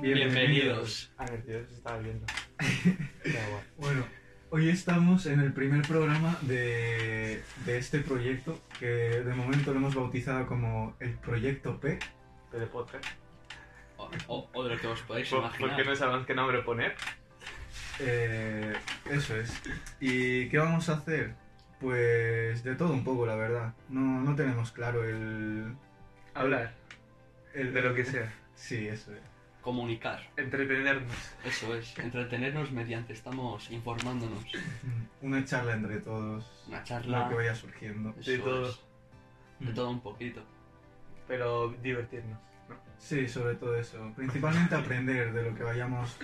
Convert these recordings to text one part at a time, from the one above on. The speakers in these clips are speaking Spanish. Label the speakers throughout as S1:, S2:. S1: Bienvenidos.
S2: A ver, tío, se estaba viendo.
S3: Bueno, hoy estamos en el primer programa de, de este proyecto que de momento lo hemos bautizado como el Proyecto P.
S2: Pero podcast.
S1: O, o- o de lo que os podéis
S2: ¿Por, por qué
S1: imaginar.
S2: no sabemos qué nombre poner?
S3: Eh, eso es. ¿Y qué vamos a hacer? Pues de todo un poco, la verdad. No, no tenemos claro el,
S4: Hablar
S3: el-
S4: de lo que sea.
S3: Sí, eso es.
S1: Comunicar.
S4: Entretenernos.
S1: Eso es. Entretenernos mediante estamos informándonos.
S3: Una charla entre todos.
S1: Una
S3: Lo
S1: charla.
S3: que vaya surgiendo.
S1: eso
S4: de todo.
S1: es. De todo un poquito.
S4: Pero divertirnos.
S3: Sí, sobre todo eso. Principalmente aprender de lo que vayamos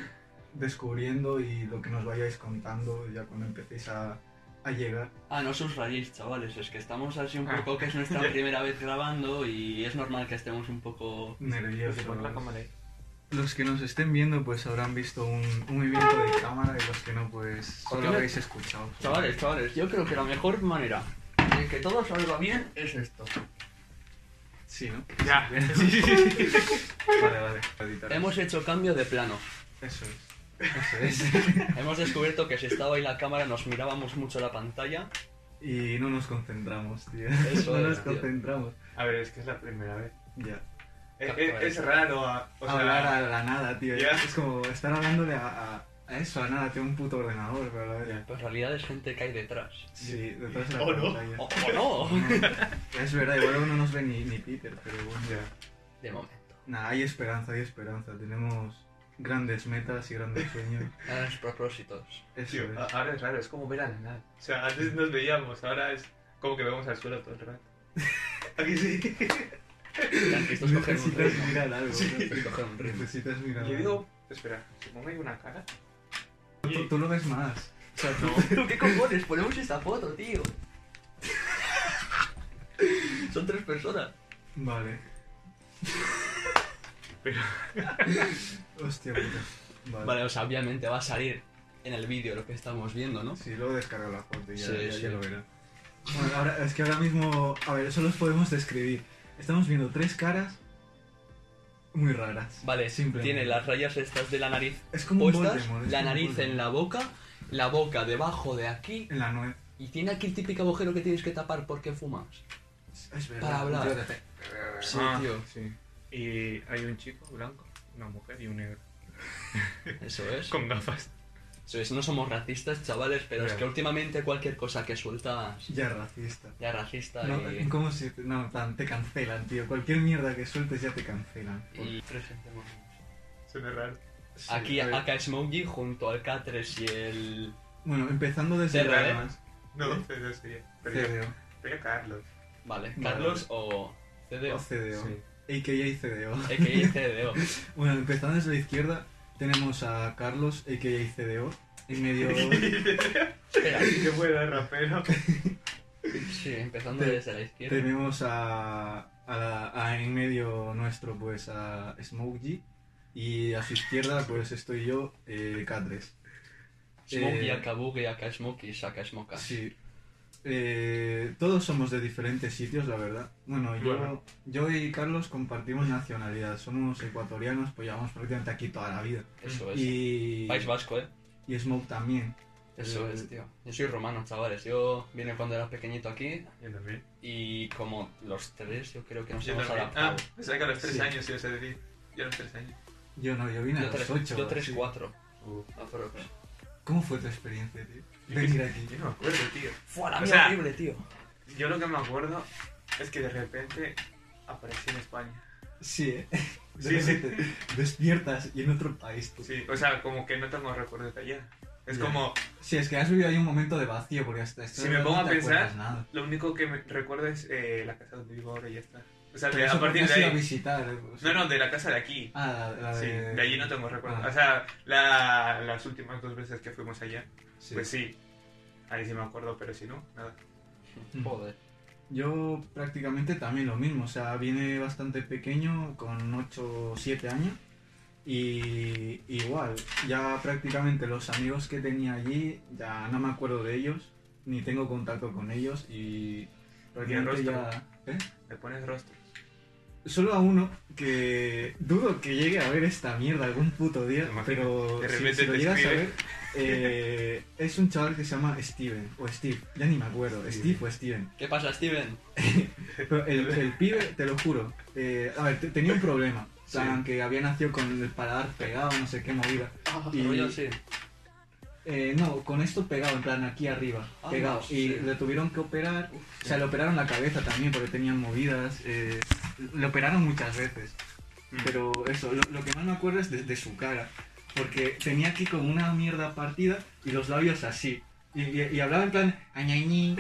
S3: descubriendo y lo que nos vayáis contando ya cuando empecéis a, a llegar.
S1: Ah, no os rayéis, chavales. Es que estamos así un
S2: Ah.
S1: poco que es nuestra primera vez grabando y es normal que estemos un poco.
S3: Nerviosos.
S2: Pusimos la cámara ahí.
S3: Los que nos estén viendo pues habrán visto un, un movimiento de cámara y los que no pues
S1: ¿Por
S3: solo
S1: qué me-
S3: habréis escuchado.
S1: Chavales, chavales, yo creo que la mejor manera de que todo salga bien es esto.
S3: Sí, ¿no?
S2: Ya.
S3: Sí, sí, sí. Vale, vale. para editar.
S1: Hemos hecho cambio de plano.
S3: Eso es. Eso es.
S1: Hemos descubierto que si estaba ahí la cámara nos mirábamos mucho la pantalla.
S3: Y no nos concentramos, tío.
S1: Eso
S3: no
S1: era,
S3: nos
S1: tío.
S3: concentramos.
S2: A ver, es que es la primera vez.
S3: Ya.
S2: Es,
S1: Claro,
S2: es-
S1: claro.
S2: es raro. a- o sea,
S3: hablar a la nada, tío.
S2: Ya.
S3: Es como estar hablándole a, a- a eso, a nada, tío, un puto ordenador, pero a la vez.
S2: Ya.
S1: Pero en realidad es gente que hay detrás.
S3: Sí, detrás de la
S2: ¿O no?
S3: pantalla.
S1: ¡O o no!
S3: No, Es verdad, igual uno no nos ve ni, ni Peter, pero bueno.
S2: ya.
S1: De momento.
S3: Nada, hay esperanza, hay esperanza. Tenemos grandes metas y grandes sueños.
S1: A los propósitos.
S3: Eso
S2: Tío,
S3: es.
S2: a- ahora es raro, es como ver a la nada. O sea, antes nos veíamos, ahora es como que vemos al suelo todo el rato. Aquí sí. ah,
S1: Tan que estos cogen un
S3: Necesitas
S1: ritmo.
S3: mirar algo.
S2: ¿eh? Sí.
S3: ¿no?
S1: Estos cogen un ritmo.
S3: Necesitas mirar
S2: Yo
S3: algo.
S2: digo, espera, supongo que hay una cara.
S3: tú, tú lo ves más. O sea, tú-
S1: ¿Tú qué cojones? Ponemos esta foto, tío. Son tres personas.
S3: Vale.
S2: Pero-
S3: Hostia puta. Vale.
S1: Vale, o sea, obviamente va a salir en el vídeo lo que estamos viendo, ¿no?
S3: Sí, luego descargo la foto y ya,
S1: Sí,
S3: ya-
S1: sí.
S3: ya lo verá. Bueno, ahora, es que ahora mismo, a ver, eso los podemos describir. Estamos viendo tres caras muy raras.
S1: Vale,
S3: simplemente.
S1: tiene las rayas estas de la nariz
S3: Es como un
S1: puestas,
S3: Voldemort, es como
S1: la
S3: un
S1: nariz en
S3: Voldemort.
S1: la boca, la boca debajo de aquí
S3: En la nuez.
S1: y tiene aquí el típico agujero que tienes que tapar porque fumas.
S3: Es verdad.
S1: Para hablar.
S3: yo te-
S1: Sí,
S2: Ah.
S1: tío.
S3: Sí.
S2: Y hay un chico blanco, una mujer y un negro.
S1: Eso es.
S2: Con gafas.
S1: Eso es, no somos racistas, chavales, pero es
S2: Ya.
S1: que últimamente cualquier cosa que sueltas
S3: Ya racista.
S1: ya es racista
S3: No,
S1: y...
S3: ¿Cómo se.? No, tan, te cancelan, tío. Cualquier mierda que sueltes ya te cancelan.
S1: y presentémonos.
S2: Suena raro.
S3: Sí,
S1: Aquí
S3: a ver.
S1: acá Smokey junto al Catres y el...
S3: Bueno, empezando desde
S1: Cerdo, ¿eh?
S3: más.
S2: No, pero sí. Pero
S3: CDO.
S2: pero Carlos.
S1: Vale,
S3: Vale.
S1: Carlos o CDO.
S3: O CDO.
S2: Sí.
S3: AKA CDO.
S1: Es que hay CDO.
S3: Bueno, empezando desde la izquierda, tenemos a Carlos, a.k.a. CDO, en medio...
S1: Espera.
S2: Que fuera rapero.
S1: Sí, empezando
S3: Te-
S1: desde la izquierda.
S3: tenemos a, a la- a en medio nuestro, pues, a Smokey, y a su izquierda, pues, estoy yo, eh, Catres.
S1: Smokey,
S3: eh,
S1: acá Buggy, acá Smokey, acá Smoka.
S3: Sí. Eh, todos somos de diferentes sitios, la verdad. Bueno, yo,
S2: Bueno.
S3: yo y Carlos compartimos nacionalidad. Somos ecuatorianos, pues llevamos prácticamente aquí toda la vida.
S1: Eso es.
S3: Y,
S1: Pues País Vasco, ¿eh?
S3: y Smoke también.
S1: Eso
S3: Eh,
S1: es, tío. Yo soy romano, chavales. Yo vine cuando era pequeñito aquí
S2: Yo también.
S1: y como los tres yo creo que nos
S2: Yo
S1: hemos
S2: también. Ah,
S1: adaptado.
S2: pensaba que a los tres
S3: Sí.
S2: años ibas a decir. Yo a los tres años.
S3: Yo no, yo vine a
S1: Yo
S3: los
S1: tres-
S3: 8.
S1: Yo 3-4. aprox.
S3: ¿Cómo fue tu experiencia, tío?
S2: Yo
S3: Venir
S2: qué-
S3: aquí.
S2: Yo no me acuerdo, tío.
S1: Fue la
S2: O
S1: mía
S2: sea-
S1: horrible, tío.
S2: Yo lo que me acuerdo es que de repente aparecí en España.
S3: Sí, ¿eh?
S2: Sí, sí.
S3: Te despiertas y en otro país, tú.
S2: Sí, o sea, como que no tengo recuerdos de allá. Es
S3: Ya.
S2: como,
S3: Sí, es que has vivido ahí un momento de vacío porque hasta esto
S2: Si me pongo
S3: no
S2: a
S3: te
S2: pensar,
S3: acuerdas nada.
S2: lo único que me recuerdo es eh, la casa donde vivo ahora y ya está. O sea,
S3: Pero
S2: que a
S3: eso porque
S2: partir
S3: has
S2: de
S3: ido a
S2: ahí.
S3: visitar. eh, o sea.
S2: No, no, de la casa de aquí.
S3: Ah, la, la
S2: Sí,
S3: de...
S2: de allí no tengo recuerdos.
S3: Ah.
S2: O sea, la- las últimas dos veces que fuimos allá,
S3: Sí.
S2: pues sí, ahí sí me acuerdo, pero si no, nada.
S3: Mm.
S1: Joder.
S3: Yo prácticamente también lo mismo, o sea, vine bastante pequeño, con 8 o 7 años, y igual, ya prácticamente los amigos que tenía allí, ya no me acuerdo de ellos, ni tengo contacto con ellos, y prácticamente
S2: rostro.
S3: ya... ¿Eh?
S2: Le pones rostros.
S3: solo a uno que dudo que llegue a ver esta mierda algún puto día,
S2: Imagina,
S3: pero
S2: de
S3: si-
S2: repente
S3: si, lo
S2: te
S3: llegas a
S2: escribe.
S3: ver, eh, es un chaval que se llama Steven, o Steve, ya ni me acuerdo,
S2: Steven.
S3: Steve o Steven.
S1: ¿Qué pasa, Steven?
S3: Pero el, el pibe, te lo juro, eh, a ver, te- tenía un problema, o sea,
S2: Sí.
S3: que había nacido con el paladar pegado, no sé qué movida.
S1: Ah,
S3: Y-
S1: Rollo así.
S3: Eh, no, con esto pegado, en plan aquí arriba,
S1: Ah,
S3: pegado. y
S1: sí.
S3: le tuvieron que operar,
S1: Uf,
S3: o sea, le operaron la cabeza también porque tenían movidas, eh, le operaron muchas veces.
S2: Mm.
S3: Mm. Pero eso, lo, lo que más me acuerdo es de, de su cara. Porque tenía aquí como una mierda partida y los labios así. Y, y- y hablaba en plan, añañi.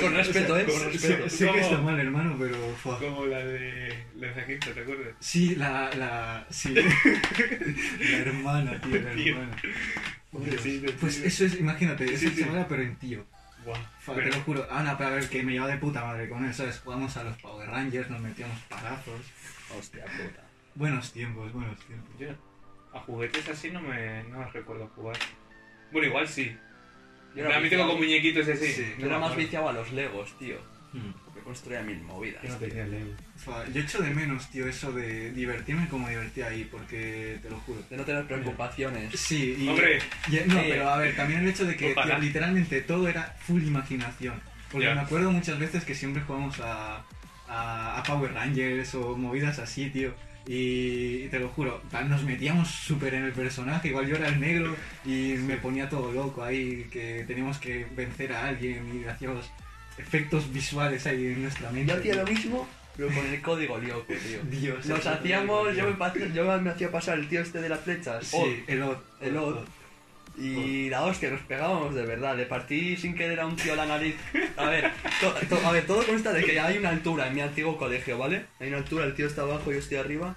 S1: Con respeto, ¿eh? Con
S2: con
S1: respeto.
S2: respeto.
S3: sé que está mal, hermano, pero. fua.
S2: Como la de la de Egipto, ¿te acuerdas?
S3: Sí, la. la sí. la hermana, tío, la
S2: Tío.
S3: hermana.
S2: Pobrecito,
S3: Dios. Pues
S2: tío.
S3: eso es, imagínate,
S2: Sí,
S3: esa
S2: sí.
S3: chavala, pero en tío.
S2: Guau.
S3: Fua,
S2: Pero-
S3: Te lo juro. Ana, para ver que me llevaba de puta madre con eso. ¿sabes? Jugamos a los Power Rangers, nos metíamos palazos.
S1: Hostia puta.
S3: Buenos tiempos, buenos tiempos.
S2: Yo a juguetes así no me no me recuerdo jugar. Bueno, igual sí.
S1: Yo
S2: Yo
S1: era
S2: a mí tengo
S1: viciado.
S2: con muñequitos y así.
S3: Sí,
S2: No
S1: Yo era
S2: me
S1: más
S2: acuerdo.
S1: viciado a los Legos, tío.
S3: Mm.
S1: Porque construía mil movidas.
S2: Yo no
S1: tío.
S2: tenía Lego.
S3: Fa, Yo echo de menos, tío, eso de divertirme como divertí ahí, porque te lo juro.
S1: De no tener preocupaciones.
S3: Sí, y.
S2: Hombre,
S3: y- no,
S1: Sí.
S3: pero a ver, también el hecho de que tío,
S2: Ojalá.
S3: literalmente todo era full imaginación. Porque
S2: Ya.
S3: me acuerdo muchas veces que siempre jugamos a, a, a Power Rangers o movidas así, tío. Y, y te lo juro, pa, nos metíamos súper en el personaje. Igual yo era el negro y me ponía todo loco ahí, que teníamos que vencer a alguien y hacíamos efectos visuales ahí en nuestra mente.
S1: Yo hacía lo mismo, pero con el código lioco, tío.
S3: Dios,
S1: Nos
S3: eso es
S1: hacíamos,
S3: horrible.
S1: yo me, pas- yo me hacía pasar el tío este de las flechas. Odd.
S3: Sí, el Odd.
S1: El Odd. Y la hostia, nos pegábamos de verdad. Le partí sin querer a un tío la nariz. A ver, to- to- a ver, todo consta de que hay una altura en mi antiguo colegio, ¿vale? Hay una altura, el tío está abajo, yo estoy arriba.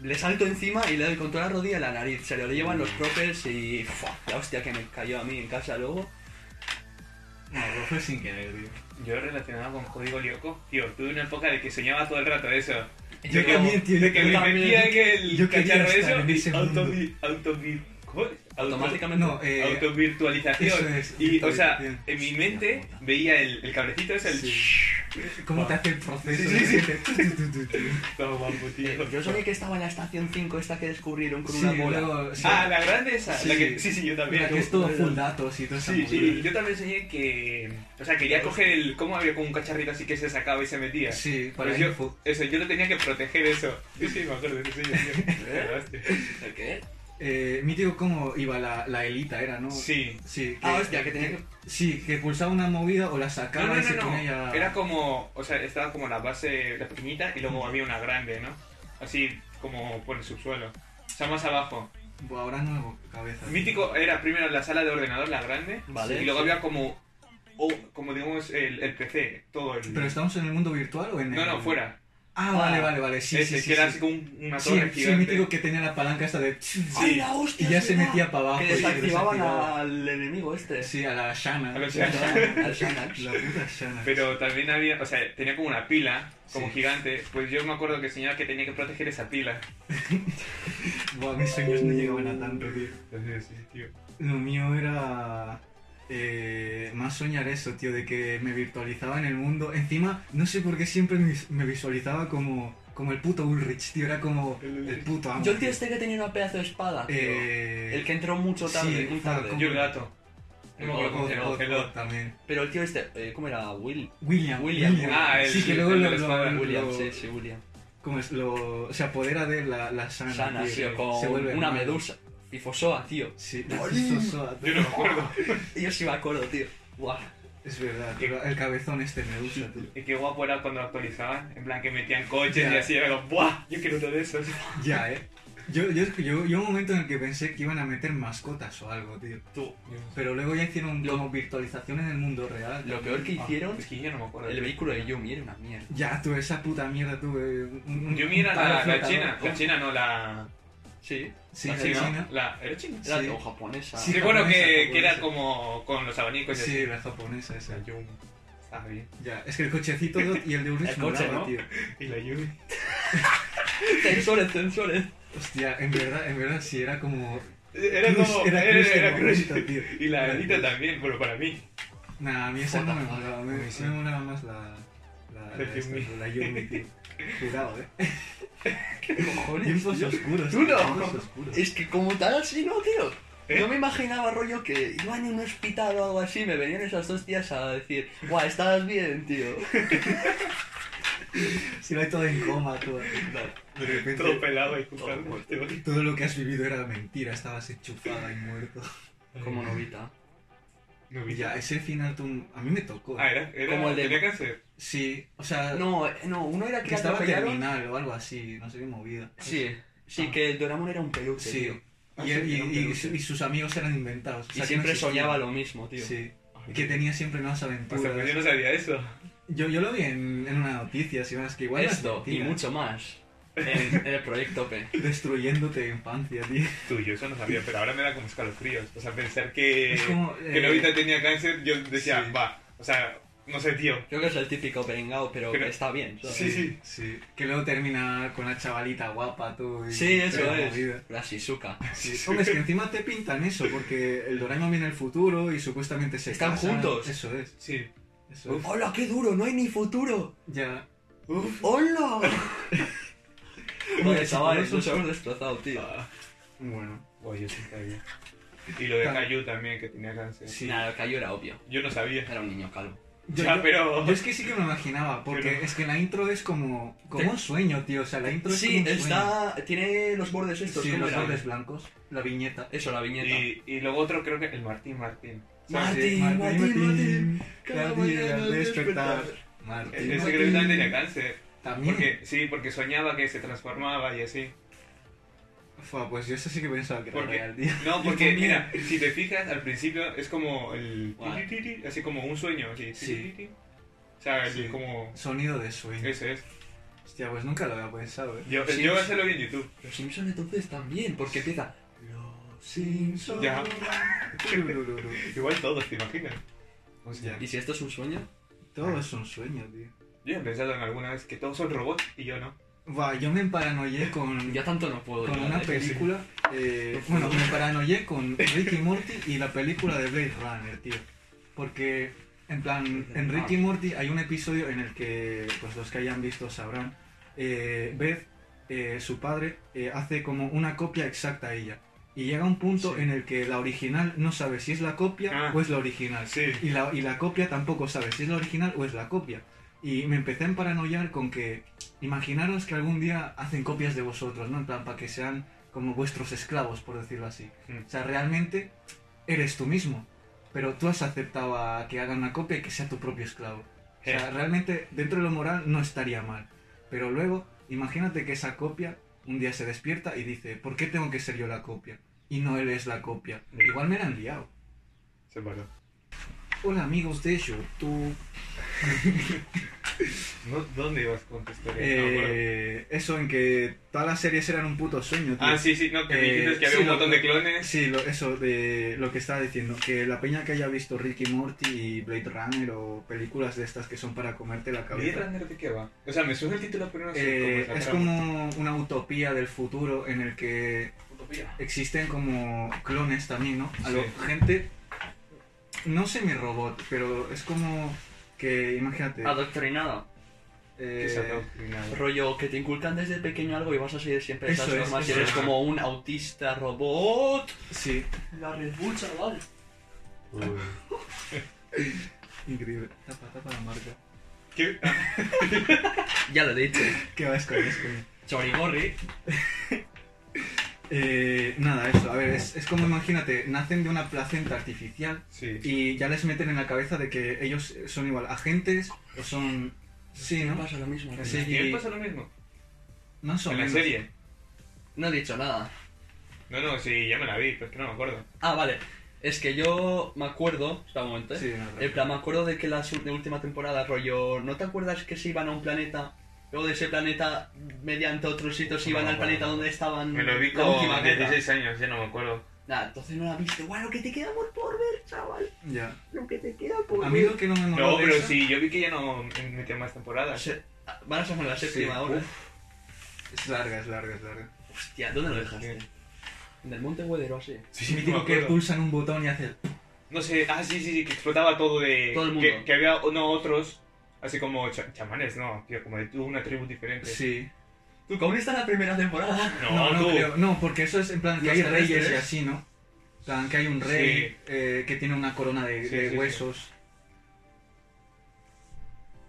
S1: Le salto encima y le doy contra la rodilla en la nariz. Se lo llevan los profes y. ¡fua! La hostia que me cayó a mí en casa luego.
S3: No, lo fue sin querer, tío.
S2: yo relacionado con código Lyoko, tío, tuve una época de que soñaba todo el rato de eso.
S3: Yo
S2: De que-
S3: también, tío,
S2: De
S3: yo
S2: que me
S3: también.
S2: metía en el
S3: Yo quería
S2: cacharro de
S3: estar en ese
S2: eso y auto,
S3: mundo.
S2: auto, ¿cómo es? Auto-
S1: Automáticamente.
S3: No, eh,
S2: Ah, autovirtualización.
S3: eso es,
S2: y, o sea,
S3: virtualización.
S2: en mi
S1: Hostia
S2: mente
S1: puta.
S2: veía el, el cablecito ese, el
S3: ¿Cómo te hace el proceso?
S2: Sí, sí, sí.
S3: Tu, tu, tu, tu.
S2: Todo guapo,
S1: eh,
S2: tío.
S1: yo sabía que estaba en la estación 5 esta que descubrieron con
S3: Sí,
S1: una bola.
S3: luego, sí,
S2: Ah, la grande esa.
S3: Sí.
S2: La que, sí, sí, yo también.
S3: la que es todo full datos y todo eso.
S2: Sí, y yo también soñé que. O sea, quería coger el. ¿Cómo había como un cacharrito así que se sacaba y se metía?
S3: Sí, para
S2: Pues yo,
S3: info.
S2: eso, yo lo tenía que proteger eso. Sí, sí, me acuerdo de eso. Sí, yo-
S1: ¿El qué?
S3: Eh, mítico cómo iba la, la elita, era, ¿no?
S2: sí.
S3: Sí,
S1: Ah, hostia, que tenía que.
S3: Sí, que pulsaba una movida o la
S2: No,
S3: sacaba
S2: no,
S3: y se
S2: no,
S3: ponía
S2: no.
S3: ya...
S2: Era como. O sea, estaba como la base, la pequeñita, y luego había una grande, ¿no? Así como por el subsuelo. O sea, más abajo.
S3: Buah, ahora nuevo, cabeza.
S2: Mítico era primero la sala de ordenador, la grande.
S1: Vale.
S2: Y luego
S1: sí.
S2: había como. o- como digamos, el, el PC. Todo el.
S3: ¿Pero estamos en el mundo virtual o en el...?
S2: No, no, fuera.
S3: Ah, vale, vale, vale, sí,
S2: Ese,
S3: sí, sí.
S2: que era
S3: sí.
S2: así como un- una
S3: Sí,
S2: torre
S3: sí,
S2: gigante.
S3: mítico que tenía la palanca esta de...
S1: ¡Ay, la hostia!
S3: Y ya
S1: es
S3: se
S1: verdad!
S3: metía para abajo.
S1: Que
S3: y se
S1: desactivaban
S3: desactivaba.
S1: al enemigo este.
S3: Sí, a la Shana.
S2: A la Shana.
S1: Al Shanax.
S3: La puta Shana.
S2: Pero también había, o sea, tenía como una pila, como
S3: Sí.
S2: gigante. Pues yo me acuerdo que soñaba que tenía que proteger esa pila.
S3: Buah, mis sueños no llegaban a tanto, tío.
S2: Entonces, sí, tío.
S3: Lo mío era. eh, más soñar eso, tío, de que me virtualizaba en el mundo. Encima, no sé por qué siempre me vis- me visualizaba como, como el puto Ulrich, tío. Era como
S2: El-
S3: el puto amo.
S1: Yo el tío este que tenía una pedazo de espada, tío.
S3: Eh,
S1: el que entró mucho tarde,
S3: sí,
S1: muy
S3: claro,
S1: tarde.
S3: como-
S2: Yo el gato. No me
S1: El
S2: acuerdo
S1: gato,
S2: cómo se
S3: God,
S2: llamaba.
S3: God,
S2: el
S3: God
S2: gato.
S3: también.
S1: Pero el tío este, eh, ¿cómo era? Will.
S3: William.
S1: William.
S2: Ah, el-
S3: sí, que luego
S2: el
S3: lo,
S2: de la espada.
S3: lo-
S1: William,
S3: lo-
S1: sí, sí, William.
S3: como es, lo- se apodera de la, la sana.
S1: Sana,
S3: Ah, tío,
S1: tío,
S3: que
S1: con
S3: se vuelve
S1: una
S3: malo.
S1: medusa. Tifosoa, tío.
S3: Sí, la
S1: Jolín.
S3: tifosoa, tío.
S2: Yo no me acuerdo.
S1: Yo sí me acuerdo, tío. Guau.
S3: Es verdad, tío, el cabezón este medusa, tío.
S2: Y qué guapo era cuando actualizaban. En plan, que metían coches y
S3: Ya.
S2: así. Era como, ¡buah! Yo quiero uno de esos.
S3: Ya, eh. Yo, yo, yo, yo un momento en el que pensé que iban a meter mascotas o algo, tío.
S1: Tú.
S3: Pero luego ya hicieron
S1: Lo-
S3: como virtualización en el mundo real.
S1: Lo peor que
S2: Ah,
S1: hicieron,
S2: Es que yo no me acuerdo.
S1: el vehículo de Yumi era una mierda.
S3: Ya, tú, esa puta mierda, tú. eh, un- un-
S2: Yo mira
S3: un palo
S2: la, la
S3: flotador.
S2: china. pues. ¿Ah, La china, no, la.
S1: Sí.
S3: Sí,
S2: la
S3: la china.
S2: La, ¿Era china?
S1: Era
S3: Sí.
S1: o japonesa.
S3: Sí.
S2: Sí, bueno,
S3: japonesa,
S2: que, que era
S3: japonesa.
S2: como con los abanicos y así.
S3: Sí, la japonesa esa.
S2: La Yumi. Está bien.
S3: Ya, es que el cochecito y el de Ulrich
S1: El
S3: molaba,
S1: coche, ¿no?
S3: tío.
S2: Y la Yumi.
S1: Tensores, tensores.
S3: Hostia, en verdad, en verdad sí, era como.
S2: Era
S3: Cruz,
S2: como.
S3: era
S2: Era,
S3: Cruz de
S2: era Cruz.
S3: momento, tío.
S2: Y la
S3: Era
S2: Anita
S3: Cruz.
S2: también, bueno, para mí.
S3: Nah, a mí esa no me
S1: Jota,
S3: molaba,
S1: a
S3: me,
S1: mí sí.
S3: me molaba más la. La,
S2: La
S3: la, esta,
S2: Yumi.
S3: la Yumi, tío. Cuidado, eh.
S1: ¿Qué cojones?
S3: Tiempos
S1: tío?
S3: oscuros.
S1: Tú
S3: tío,
S1: no.
S3: tiempos oscuros.
S1: Es que como tal así, ¿no, tío?
S2: ¿Eh?
S1: Yo me imaginaba, rollo, que iban en un hospital o algo así, me venían esas dos tías a decir, guau, estás bien, tío.
S3: Si no hay todo en coma, todo. De repente.
S2: Todo pelado y este
S1: Todo muerto.
S3: Todo lo que has vivido era mentira, estabas enchufada y muerto.
S1: Como novita.
S2: No vi
S3: Ya,
S2: ya.
S3: ese final tú- a mí me tocó.
S2: Ah, era, era
S1: Como el de-
S2: tenía que hacer.
S3: Sí, o sea,
S1: No, eh, no, uno era que,
S3: que estaba
S1: atropellaron-
S3: terminal o algo así, no sé qué movida.
S1: Sí, sí,
S3: Ah.
S1: que el Doraemon era un peluche,
S3: Sí.
S1: tío.
S2: Ah,
S3: Y, él-
S2: sí,
S3: y-
S2: era un
S3: y-
S2: peluche.
S3: y sus amigos eran inventados.
S1: Y siempre soñaba lo mismo, tío.
S3: mismo. Sí.
S2: Ay,
S3: Y que tenía siempre nuevas
S2: Hasta que pues yo
S3: aventuras.
S2: no sabía eso.
S3: Yo, yo lo vi en, en una noticia, si más que igual. es
S1: Esto y
S3: mentira.
S1: mucho más en, en el proyecto P.
S3: Destruyéndote infancia, tío.
S2: Tú, yo eso no sabía, pero ahora me da como escalofríos. O sea, pensar que,
S3: Es como,
S2: que
S3: eh,
S2: Novita tenía cáncer, yo decía,
S3: sí.
S2: va. O sea, no sé, tío.
S1: Creo que es el típico perengao, pero
S2: Pero-
S1: está bien. ¿sabes?
S2: Sí, sí.
S3: Sí. Que luego termina con la chavalita guapa, tú. y-
S1: Sí, eso
S3: toda la vida.
S1: es. La Shizuka.
S3: Sí. Hombre, es que encima te pintan eso, porque el Doraemon viene el futuro y supuestamente se
S1: Están
S3: casan.
S1: juntos.
S3: Eso es,
S2: Sí.
S3: eso es.
S1: ¡Hola, qué duro! ¡No hay ni futuro!
S3: Ya.
S1: ¡Hola! Oye,
S3: Sí,
S1: chavales,
S3: sí,
S1: nos hemos destrozado, tío.
S3: Bueno,
S2: Oye, yo sí sabía. Ah. Y lo de Cayu también, que tenía cáncer.
S3: sí.
S1: Nada, lo cayó era obvio.
S2: Yo no sabía.
S1: Era un niño calvo.
S3: Yo,
S2: Ya,
S3: yo-
S2: pero-
S3: yo es que sí que me imaginaba, porque
S2: Pero-
S3: es que la intro es como, como
S1: Te-
S3: un sueño, tío. O sea, la intro es como
S1: Sí,
S3: un sueño.
S1: está. Tiene los bordes estos.
S3: Sí,
S1: ¿cómo
S3: los
S1: eran?
S3: bordes blancos, la viñeta.
S1: Eso, la viñeta.
S2: Y, y luego otro creo que el Martín Martín.
S1: Martín,
S3: Sí,
S1: Martín, Martín, cada
S3: cada
S1: mañana
S3: día al
S1: despertar.
S3: despertar. Martín,
S2: Ese
S1: Martín.
S2: creo que también tenía cáncer.
S3: También.
S2: Porque, sí, porque soñaba que se transformaba y así.
S3: Fua, pues yo eso sí que pensaba que era
S2: Porque-
S3: real, tío.
S2: No, porque
S3: también.
S2: mira, si te fijas, al principio es como el...
S1: Guau.
S2: ti, ti, ti, Así como un sueño, así.
S3: Sí.
S2: ti, ti, ti. O sea, el-
S3: Sí.
S2: como...
S3: Sonido de sueño.
S2: Ese es.
S3: Hostia, pues nunca lo había pensado, eh.
S2: Yo,
S1: Sí,
S2: yo voy a
S1: sí.
S2: hacerlo bien en YouTube.
S1: Los Simpson entonces también, porque empieza. Los Simpson.
S2: Ya.
S3: Turururu.
S2: Igual todos, ¿te imaginas?
S3: Hostia.
S1: ¿Y si esto es un sueño?
S3: Todo es un sueño, tío.
S2: Yo he pensado en alguna vez que todos son robots y yo no.
S3: Va, yo me paranoié con,
S1: Ya tanto no puedo.
S3: con
S1: yo,
S3: una
S1: ¿eh?
S3: película. eh, bueno, me paranoié con Ricky Morty y la película de Blade Runner, tío. Porque, en plan, en Ricky Morty hay un episodio en el que, pues los que hayan visto sabrán, eh, Beth, eh, su padre, eh, hace como una copia exacta a ella. Y llega un punto
S2: Sí.
S3: en el que la original no sabe si es la copia
S2: Ah.
S3: o es la original.
S2: Sí.
S3: Y la, y la copia tampoco sabe si es la original o es la copia. Y me empecé a emparanoiar con que imaginaros que algún día hacen copias de vosotros, ¿no? En plan, para que sean como vuestros esclavos, por decirlo así.
S2: Mm.
S3: O sea, realmente eres tú mismo, pero tú has aceptado a que hagan una copia y que sea tu propio esclavo. O sea,
S2: Eh.
S3: realmente dentro de lo moral no estaría mal. Pero luego, imagínate que esa copia un día se despierta y dice, ¿por qué tengo que ser yo la copia? Y no él es la copia.
S2: Mm.
S3: Igual me la han liado.
S2: Se paró.
S3: Hola amigos de YouTube.
S2: No, ¿Dónde ibas con tu historia? No me acuerdo.
S3: Eh, eso en que todas las series eran un puto sueño, tío.
S2: ah, sí, sí, no, que
S3: eh,
S2: dijiste que había
S3: sí,
S2: un
S3: lo-
S2: montón de clones.
S3: Sí, lo- eso de lo que estaba diciendo, que la peña que haya visto Ricky Morty y Blade Runner o películas de estas que son para comerte la
S2: ¿Y
S3: cabeza.
S2: Runner de qué va? O sea, me suena el título, pero no sé
S3: Eh,
S2: cómo
S3: es como una utopía del futuro en el que
S2: Utopía.
S3: existen como clones también, ¿no? A
S2: Sí.
S3: lo- gente no semi-robot, pero es como que imagínate
S1: Adoctrinado.
S2: Que se ha
S3: eh,
S2: adoctrinado.
S1: Rollo, que te inculcan desde pequeño algo y vas a seguir siempre esas
S3: Eso es,
S1: normas. y
S2: eso
S1: eres
S2: es.
S1: como un autista robot.
S3: sí,
S1: La Red Bull, chaval.
S3: increíble. Tapa, tapa la marca.
S2: ¿Qué?
S1: Ya lo he dicho.
S3: ¿Qué vas con eso?
S1: Chorigorri.
S3: Eh, nada, eso. A ver, es, es como imagínate, nacen de una placenta artificial
S2: Sí.
S3: y ya les meten en la cabeza de que ellos son igual agentes o son... Sí, ¿no?
S1: Pasa lo mismo. tío.
S3: Sí.
S2: ¿Y él pasa lo mismo?
S3: Más o
S2: ¿En la
S3: menos.
S2: serie?
S1: No he dicho nada.
S2: No, no, sí, ya me la vi, pero es que no me acuerdo.
S1: Ah, vale. Es que yo me acuerdo. Espera un momento, eh.
S3: Sí, nada.
S1: En plan, me acuerdo de que la su- de última temporada, rollo, ¿no te acuerdas que se iban a un planeta? Luego de ese planeta, mediante otros sitios, se iban
S2: No,
S1: al
S2: bueno,
S1: planeta
S2: no.
S1: donde estaban
S2: Me lo vi
S1: la última
S2: con
S1: guerra.
S2: 16 años, ya no me acuerdo.
S1: Nada, entonces no la viste. Guau, lo que te queda por- por ver, chaval.
S3: Ya.
S1: Lo que te queda por
S3: A mí lo que no me moló
S2: No,
S3: de
S2: pero
S3: esa-
S2: sí, yo vi que ya no metió más temporadas.
S1: Se- ah, Van a sacar la
S3: Sí.
S1: séptima ahora.
S3: Es larga, es larga, es larga.
S1: Hostia, ¿dónde lo dejaste? En el Monte Güedero, así.
S3: Sí, mítico que pulsan un botón y hace...
S2: No sé, ah, sí, sí, sí, que explotaba todo de...
S1: Todo el mundo.
S2: Que, que había no, otros Así como cha- chamanes, no, tío, como de tú, una tribu diferente.
S3: Sí.
S1: Tú cobriste la primera temporada.
S2: No,
S3: No, no,
S2: tú.
S3: creo. No, porque eso es en plan
S1: Y
S3: que
S1: hay
S3: hay reyes y
S1: reyes.
S3: así, ¿no? En plan que hay un rey
S2: Sí.
S3: eh, que tiene una corona de,
S2: Sí,
S3: de
S2: sí, sí.
S3: huesos.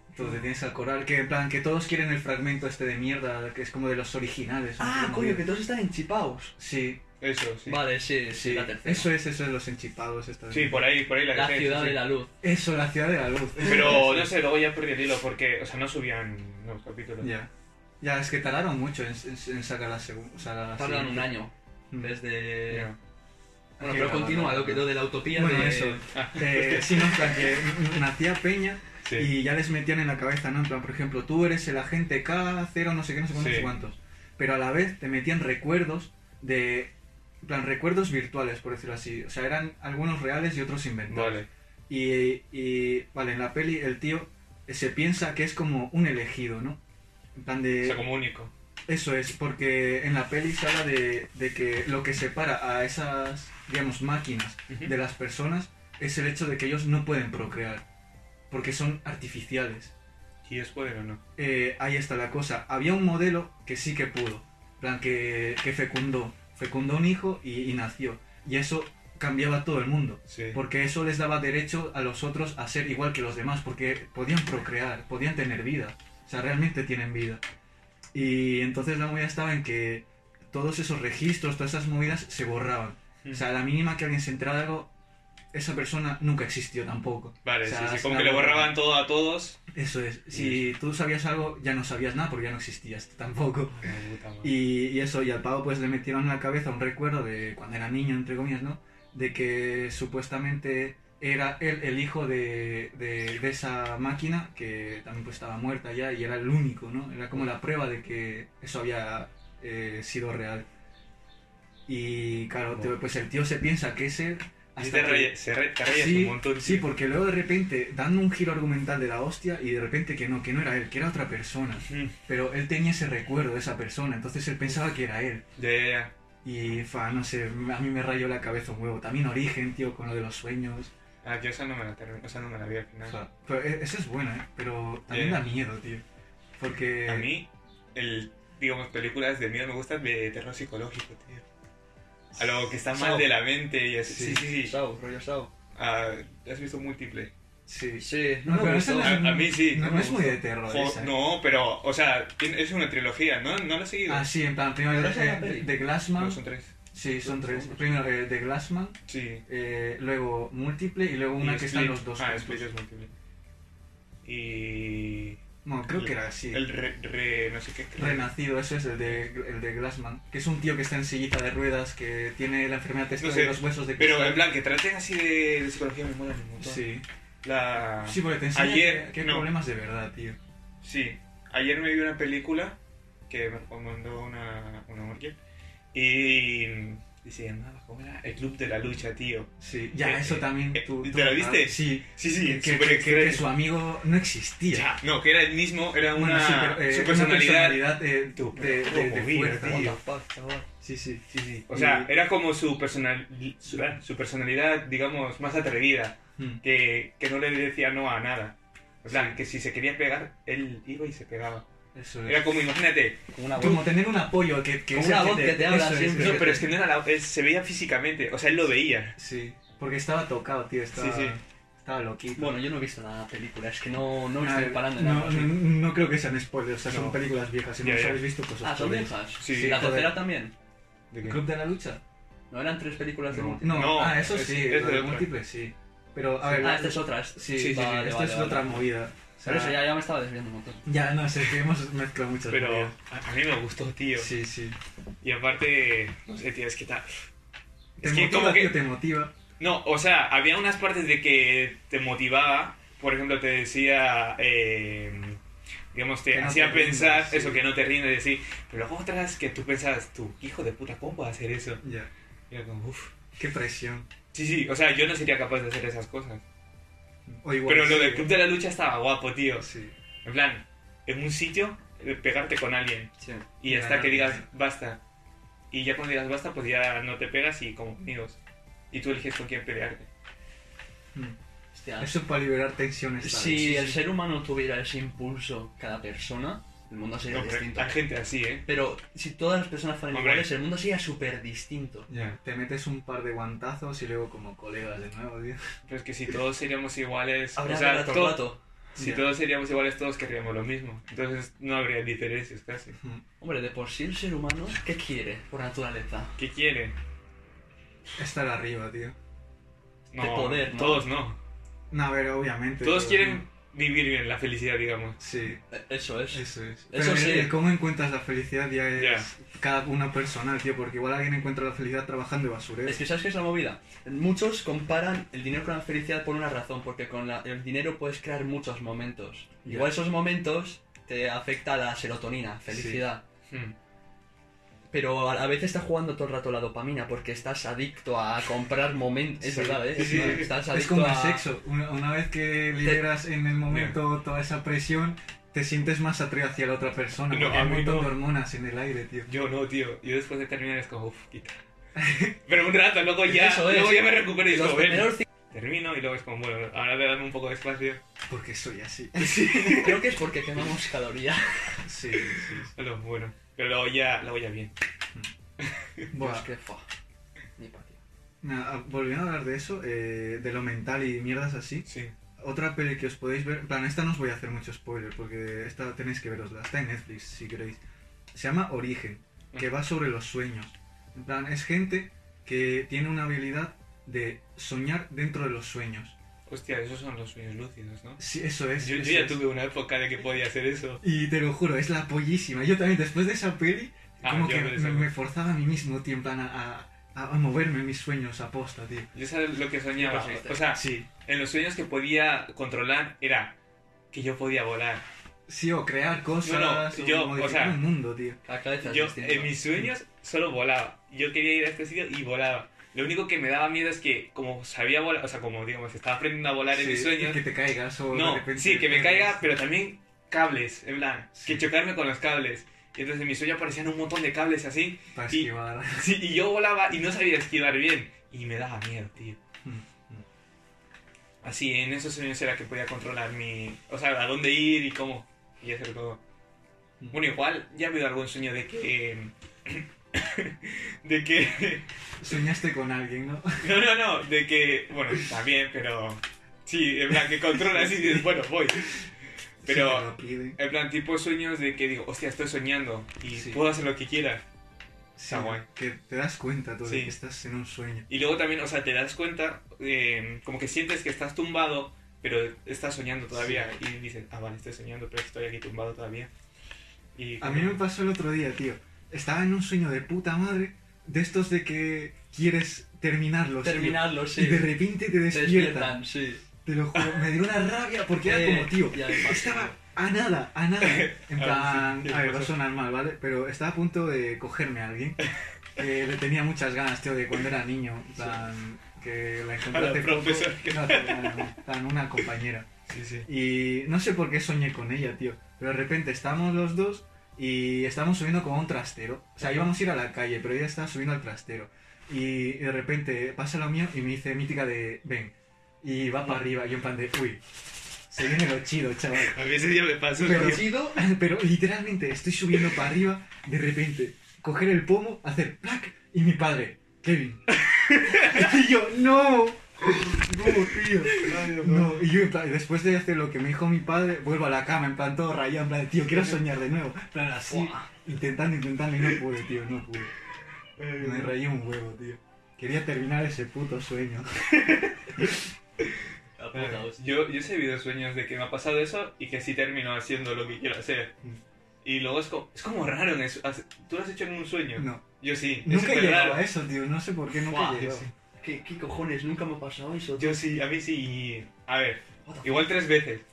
S3: Entonces tienes al coral, que en plan que todos quieren el fragmento este de mierda, que es como de los originales. ¿no?
S1: Ah,
S3: Como
S1: coño,
S3: bien.
S1: que todos están enchipados.
S3: Sí,
S2: Eso, sí.
S1: Vale, sí, sí,
S3: sí.
S1: la tercera.
S3: Eso es, eso es los enchipados. Esta
S2: Sí, pues. por ahí, por ahí la
S1: La
S2: dejé,
S1: ciudad
S2: sí, sí.
S1: de la luz.
S3: Eso, la ciudad de la luz.
S2: Pero no sé, luego ya perdí el hilo porque, o sea, no subían nuevos capítulos.
S3: Ya. Ya, es que tardaron mucho en, en- en sacar la segunda. O sea, la
S1: Tardan un
S3: siguiente.
S1: año. Desde.
S2: Ya.
S1: Bueno, pero continúa lo, que, lo de la utopía.
S3: Bueno,
S1: de...
S3: eso.
S2: Ah,
S3: Eh, sí, no, en plan que nacía Peña
S2: sí.
S3: y ya les metían en la cabeza, ¿no? En plan, por ejemplo, tú eres el agente K0, no sé qué, no sé cuántos, no sé
S2: Sí.
S3: cuántos. Pero a la vez te metían recuerdos de. En plan, recuerdos virtuales, por decirlo así. O sea, eran algunos reales y eh, otros inventados.
S2: Vale.
S3: Y, y, vale, en la peli el tío se piensa que es como un elegido, ¿no? En plan de.
S2: O sea, como único.
S3: Eso es, porque en la peli se habla de, de que lo que separa a esas, digamos, máquinas
S2: Ujú.
S3: de las personas es el hecho de que ellos no pueden procrear, porque son artificiales.
S2: ¿Y es poder o no?
S3: Eh, ahí está la cosa. Había un modelo que sí que pudo, en plan que, que fecundó, fecundó un hijo y, y nació, y eso cambiaba a todo el mundo,
S2: Sí.
S3: porque eso les daba derecho a los otros a ser igual que los demás, porque podían procrear, podían tener vida, o sea, realmente tienen vida. Y entonces la movida estaba en que todos esos registros, todas esas movidas se borraban. O sea, a la mínima que alguien se enterara de algo, esa persona nunca existió tampoco.
S2: Vale,
S3: o sea,
S2: sí, sí,
S3: se
S2: como
S3: la
S2: que le
S3: borra.
S2: borraban todo a todos.
S3: Eso es, si tú sabías algo, ya no sabías nada porque ya no existías tampoco.
S2: Y...
S3: Y, y eso, y al pavo pues le metieron en la cabeza un recuerdo de cuando era niño, entre comillas, ¿no? De que supuestamente era él el hijo de, de, de esa máquina que también pues estaba muerta ya y era el único, ¿no? Era como la prueba de que eso había eh, sido real. Y claro, te- pues el tío se piensa que es él...
S2: Y
S3: hasta
S2: te
S3: que-
S2: reye- este se re- te reyes
S3: Sí,
S2: un montón.
S3: sí,
S2: tío.
S3: porque luego de repente dan un giro argumental de la hostia y de repente que no, que no era él, que era otra persona.
S2: Mm,
S3: Pero él tenía ese recuerdo de esa persona, entonces él pensaba que era él.
S2: Ya, ya, ya.
S3: Y, fa, no sé, a mí me rayó la cabeza un huevo. También Origen, tío, con lo de los sueños.
S2: Ah, yo esa no me la terminé, esa no me la vi al
S3: O
S2: final.
S3: sea, pero e- esa es buena, ¿eh? Pero también
S2: Ya.
S3: da miedo, tío. Porque...
S2: A mí, el, digamos, películas de miedo me gustan de terror psicológico, tío. A lo que está mal
S1: Sao.
S2: de la mente y así. Sí, sí, sí.
S1: Sao, rollo Sao.
S2: Ah, ¿Has visto múltiple?
S3: Sí.
S1: Sí,
S3: No, pero esa no
S2: A,
S3: es-
S2: a mí sí.
S3: No,
S2: no
S3: no
S2: me
S3: es muy
S2: gustó.
S3: de terror
S2: Jo-
S3: esa, ¿eh?
S2: no, pero, o sea, tiene- es una trilogía, ¿no? No la he seguido.
S3: Ah, sí, en plan, primero
S1: Pero esa es la
S3: eh,
S1: peli.
S3: de Glassman.
S2: No, son tres.
S3: Sí, son tres. Primero eh, de Glassman,
S2: Sí.
S3: eh, luego Múltiple y luego
S2: Y
S3: una que están
S2: Split.
S3: los dos.
S2: Ah,
S3: juntos.
S2: Split es múltiple. Y.
S3: Bueno, creo que era así.
S2: El re, re- no sé qué. creo.
S3: Renacido, eso es el de, el de Glassman, que es un tío que está en sillita de ruedas, que tiene la enfermedad testa
S2: No sé,
S3: de los huesos de
S2: Pero
S3: cristal.
S2: en plan, que traten así de, de psicología me mola un montón.
S3: Sí.
S2: La...
S3: sí, porque te enseña
S2: Ah. Ayer,
S3: que, que hay
S2: no.
S3: problemas de verdad, tío.
S2: Sí, ayer me vi una película que me recomendó una, una mujer y, y se llamaba, ¿cómo era? El Club de la Lucha, tío.
S3: Sí, ya,
S2: Eh,
S3: eso
S2: eh,
S3: también.
S2: eh,
S3: tú-
S2: ¿te
S3: tú-
S2: la
S3: ah,
S2: viste?
S3: Sí.
S2: Sí, sí,
S3: que, que-
S2: súper
S3: que- que
S2: extraño.
S3: su amigo no existía.
S2: Ya, no, que era el mismo, era una,
S3: Bueno, sí, pero, eh,
S2: su
S3: una
S2: personalidad.
S3: personalidad, eh,
S2: Tú,
S3: de,
S2: pero
S3: de- de
S2: cómo vive,
S3: fuerza,
S2: tío.
S1: What the
S3: tío.
S1: fuck, chaval.
S3: Sí, sí.
S2: Sí, sí. O sea,
S3: Y-
S2: era como su, personal, su, su personalidad, digamos, más atrevida,
S3: Mm.
S2: que, que no le decía no a nada. En plan, que si se quería pegar, él iba y se pegaba.
S3: Eso
S2: Era
S3: es.
S2: como, imagínate,
S1: Como una
S3: Como tener un apoyo que, que
S1: Como
S3: sea
S1: una voz que te habla
S3: eso es,
S1: siempre.
S2: No,
S3: eso
S2: pero es que no era la- él se veía físicamente, o sea, él lo veía.
S3: Sí, porque estaba tocado, tío. Estaba,
S2: Sí, sí.
S3: estaba loquito.
S1: Bueno, yo no he visto la película, es que no, no me
S3: Ah,
S1: estoy parando en
S3: no,
S1: nada.
S3: no, no creo que sean spoilers, o sea, son
S2: No.
S3: películas viejas. Si
S2: Ya,
S3: no las
S2: ya.
S3: habéis visto, pues os
S1: Ah, son
S3: podéis.
S1: viejas.
S2: Sí,
S1: ¿Y la
S3: joder.
S1: tercera también?
S2: ¿De
S3: ¿El
S2: qué?
S3: Club de la Lucha?
S1: ¿No eran tres películas de
S2: No.
S1: multi?
S3: No,
S2: No,
S3: ah, eso
S2: es-
S3: sí,
S2: es
S3: lo
S2: de
S3: de
S2: otra.
S3: múltiples, sí. Pero, a ver, pues,
S1: Ah, esta es otra. es-
S3: sí,
S2: sí, sí,
S1: vale,
S3: esto
S1: vale,
S3: es
S1: vale.
S3: otra movida. O sea,
S1: Pero eso ya, ya me estaba desviando un montón.
S3: ya no sé, que hemos mezclado muchas
S2: Pero
S3: movidas.
S2: a, a mí me gustó, tío.
S3: Sí, sí.
S2: Y aparte, no sé, tío, es que tal.
S3: Te
S2: Es que
S3: motiva,
S2: como que-
S3: tío, te motiva.
S2: No, o sea, había unas partes de que te motivaba. Por ejemplo, te decía. eh, digamos, te
S3: Que no
S2: hacía
S3: te rindas,
S2: pensar
S3: sí.
S2: eso, que no te rindes, decir. Pero luego otras que tú pensabas, tú, hijo de puta, ¿cómo vas a hacer eso?
S3: Ya.
S2: Y era como, uff.
S3: Qué presión.
S2: Sí, sí, o sea, yo no sería capaz de hacer esas cosas.
S3: O igual,
S2: Pero
S3: sí.
S2: lo
S3: eh.
S2: del club de la lucha estaba guapo, tío.
S3: Sí.
S2: En plan, en un sitio, eh, pegarte con alguien.
S1: Sí.
S2: Y hasta
S3: Ganar.
S2: que digas basta. Y ya cuando digas basta, pues ya no te pegas y como amigos. Y tú eliges con quién pelearte.
S3: Mm.
S1: Hostia.
S3: Eso es para liberar tensiones. ¿sabes?
S1: Si el ser humano tuviera ese impulso cada persona, el mundo sería
S2: No, pero
S1: distinto.
S2: hay gente así, ¿eh?
S1: Pero si todas las personas fueran
S2: Hombre.
S1: iguales, el mundo sería súper distinto.
S3: Ya, te metes un par de guantazos y luego como colegas de nuevo, tío.
S2: Pero es Pues que si todos seríamos iguales,
S1: Habría
S2: Ah, o sea,
S1: gato
S2: to-
S1: rato.
S2: si
S3: Ya.
S2: todos seríamos iguales, todos querríamos lo mismo. Entonces no habría diferencias casi.
S1: Hombre, de por sí el ser humano, ¿qué quiere por naturaleza?
S2: ¿Qué quieren?
S3: Estar arriba, tío.
S2: No,
S1: De poder, ¿no?
S2: todos no.
S3: No, a ver, obviamente.
S2: Todos
S3: pero-
S2: quieren vivir bien, la felicidad, digamos.
S3: Sí,
S1: Eh, Eso es.
S3: eso es.
S1: Eso
S3: Pero
S1: sí.
S3: el, el cómo encuentras la felicidad ya es cada una personal, tío, porque igual alguien encuentra la felicidad trabajando de basurero.
S1: Es que sabes que es la movida. Muchos comparan el dinero con la felicidad por una razón, porque con la- el dinero puedes crear muchos momentos.
S3: Ya.
S1: Igual esos momentos te afecta la serotonina, felicidad.
S2: Hmm.
S1: Pero a, a veces estás jugando todo el rato la dopamina porque estás adicto a comprar momentos. Es
S3: Sí.
S1: verdad, ¿eh?
S3: Sí, sí.
S1: Estás
S3: Es
S1: adicto
S3: como el
S1: a...
S3: sexo. Una, una vez que liberas en el momento toda esa presión, te sientes más atraído hacia la otra persona.
S2: No,
S3: porque
S2: a
S3: hay un
S2: mí
S3: montón
S2: no.
S3: de hormonas en el aire, tío.
S2: Yo no, tío. Yo después de terminar es como, uff, quita. Pero un rato, luego ya,
S1: Eso es.
S2: luego ya me recupero y es
S1: Los
S2: como, ven,
S1: primeros cinco-
S2: termino y luego es como, bueno, ahora voy a darme un poco de espacio.
S3: Porque soy así.
S1: Creo que es porque quemamos calorías.
S3: Sí, sí. sí.
S2: Lo bueno. Pero luego ya, luego ya bien.
S3: Buah,
S1: Es que, fua, Ni pa' qué.
S3: nada, volviendo a hablar de eso, eh, de lo mental y mierdas así,
S2: Sí.
S3: otra peli que os podéis ver, en plan, esta no os voy a hacer mucho spoiler, porque esta tenéis que verosla, está en Netflix si queréis. Se llama Origen, que va sobre los sueños. En plan, es gente que tiene una habilidad de soñar dentro de los sueños.
S2: Hostia, esos son los sueños lúcidos, ¿no?
S3: Sí, eso es.
S2: Yo, yo
S3: eso
S2: ya
S3: es.
S2: tuve una época de que podía hacer eso.
S3: Y te lo juro, es la pollísima. Yo también, después de esa peli,
S2: Ah,
S3: como
S2: yo
S3: que
S2: no
S3: me,
S2: les hago.
S3: me forzaba a mí mismo, tío, en plan, a, a- a moverme en mis sueños a posta, tío.
S2: Yo sabes lo que soñaba.
S1: ¿Qué pasó?
S2: O sea,
S3: Sí. pues,
S2: en los sueños que podía controlar era que yo podía volar.
S3: Sí, o crear cosas, o
S2: yo, o
S3: modificar
S2: sea,
S3: el mundo, tío.
S1: La cabeza es
S2: Yo
S1: distinta.
S2: en mis sueños solo volaba. Yo quería ir a este sitio y volaba. Lo único que me daba miedo es que como sabía volar, o sea, como digamos, estaba aprendiendo a volar en
S3: Sí,
S2: mis sueños.
S3: Que te caigas o de
S2: No,
S3: repente
S2: sí, que me
S3: pierdes.
S2: caiga, pero también cables, en plan,
S3: Sí.
S2: que chocarme con los cables. Y entonces en mi sueño aparecían un montón de cables así,
S3: Para
S2: y-
S3: esquivar.
S2: sí, y yo volaba y no sabía esquivar bien. Y me daba miedo, tío. Así, en esos sueños era que podía controlar mi... O sea, a dónde ir y cómo. Y hacer todo. Bueno, igual ya ha habido algún sueño de que... em, de que...
S3: Soñaste con alguien, ¿no?
S2: No, no, no, de que... Bueno, también, pero... Sí, en plan, que controlas y dices, bueno, voy. Pero-
S3: Sí, te lo piden.
S2: En plan, tipo sueños de que digo, hostia, estoy soñando y
S3: Sí.
S2: puedo hacer lo que quiera.
S3: Sí,
S2: guay.
S3: que te das cuenta tú de
S2: Sí.
S3: que estás en un sueño.
S2: Y luego también, o sea, te das cuenta, eh, como que sientes que estás tumbado, pero estás soñando todavía. Y dices, ah, vale, estoy soñando, pero estoy aquí tumbado todavía. Y
S3: A mí me pasó el otro día, tío. Estaba en un sueño de puta madre, de estos de que quieres terminarlo.
S1: Terminarlo,
S3: Y
S1: sí.
S3: de repente te
S1: Te
S3: despiertan.
S1: despiertan, sí.
S3: Te lo juro, me dio una rabia porque era
S1: Eh,
S3: como, tío,
S1: ya me pasó.
S3: estaba a nada, a nada. En
S2: Ah,
S3: plan,
S2: sí, sí,
S3: a ver,
S2: me
S3: va a
S2: pasó.
S3: sonar mal, ¿vale? Pero estaba a punto de cogerme a alguien que le tenía muchas ganas, tío, de cuando era niño. En plan, que la encontré
S2: A la
S3: hace poco.
S2: profesora que-
S3: No, tío, no, no, en plan, una compañera.
S2: Sí, sí.
S3: Y no sé por qué soñé con ella, tío. Pero de repente estábamos los dos y estábamos subiendo como a un trastero. O sea, íbamos a ir a la calle, pero ella estaba subiendo al trastero. Y de repente pasa lo mío y me dice mítica de ven. Y va para arriba. Y yo en plan de uy, se viene lo chido, chaval.
S2: A mí ese día me pasó.
S3: Pero-
S2: tío.
S1: Conocido,
S3: Pero literalmente estoy subiendo para arriba. De repente, coger el pomo, hacer plac. Y mi padre, Kevin. y yo, no. No, tío. No, y yo en plan, después de hacer lo que me dijo mi padre, vuelvo a la cama, en plan todo rayado, en plan, tío, quiero soñar de nuevo. En plan, así,
S1: Buah.
S3: intentando, intentando, y no pude, tío, no pude. Me rayé un huevo, tío. Quería terminar ese puto sueño.
S1: La puta hostia.
S2: Yo, yo he sabido sueños de que me ha pasado eso y que sí termino haciendo lo que quiero hacer.
S3: Mm.
S2: Y luego es como, es como raro. en eso. Hace- ¿Tú lo has hecho en un sueño?
S3: No,
S2: Yo sí. es
S3: nunca he
S2: súper
S3: llegado
S2: raro.
S3: a eso, tío, no sé por qué nunca
S1: Buah,
S3: he llegado.
S2: sí.
S1: ¿Qué, qué cojones? Nunca me ha pasado eso. tío.
S2: Yo sí, a mí sí. A ver,
S1: What the
S2: igual tres veces.
S1: fuck?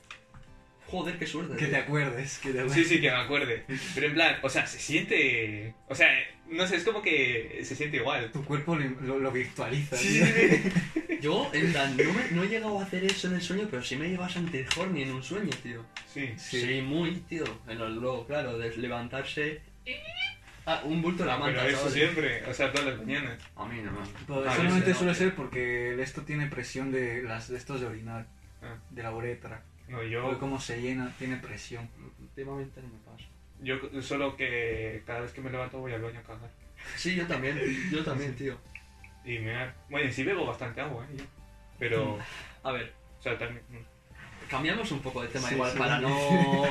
S1: Joder, qué suerte.
S3: Que
S1: tío.
S3: te acuerdes, que te acuerdes.
S2: Sí, sí, que me acuerde. Pero en plan, o sea, se siente. O sea, no sé, es como que se siente igual.
S3: Tu cuerpo lo, lo- lo virtualiza,
S2: Sí,
S3: tío.
S2: sí, sí.
S1: Yo, en plan, no, me- no he llegado a hacer eso en el sueño, pero sí me llevas ante horny en un sueño, tío.
S2: Sí.
S3: Sí.
S1: muy, tío. En los luego, claro, de levantarse. Ah, un bulto en la manta,
S2: Pero eso
S1: ¿sabes?
S2: siempre, o sea, todas las mañanas.
S1: A mí no me.
S3: Pues
S1: Ah,
S3: solamente
S1: ese
S3: suele
S1: no, tío.
S3: ser porque el esto tiene presión de las de estos de orinar.
S2: Ah.
S3: de la uretra.
S2: No,
S3: Porque
S2: yo,
S3: Cómo se llena, tiene presión.
S1: Últimamente no me pasa.
S2: yo solo que cada vez que me levanto voy al baño a cagar.
S1: Sí, yo también, yo también, tío.
S2: Y me Bueno, y sí bebo bastante agua, ¿eh? yo. Pero,
S3: Mm.
S2: o
S1: A ver,
S2: sea, también... mm,
S1: cambiamos un poco de tema
S3: Sí,
S1: igual
S3: sí.
S1: para no...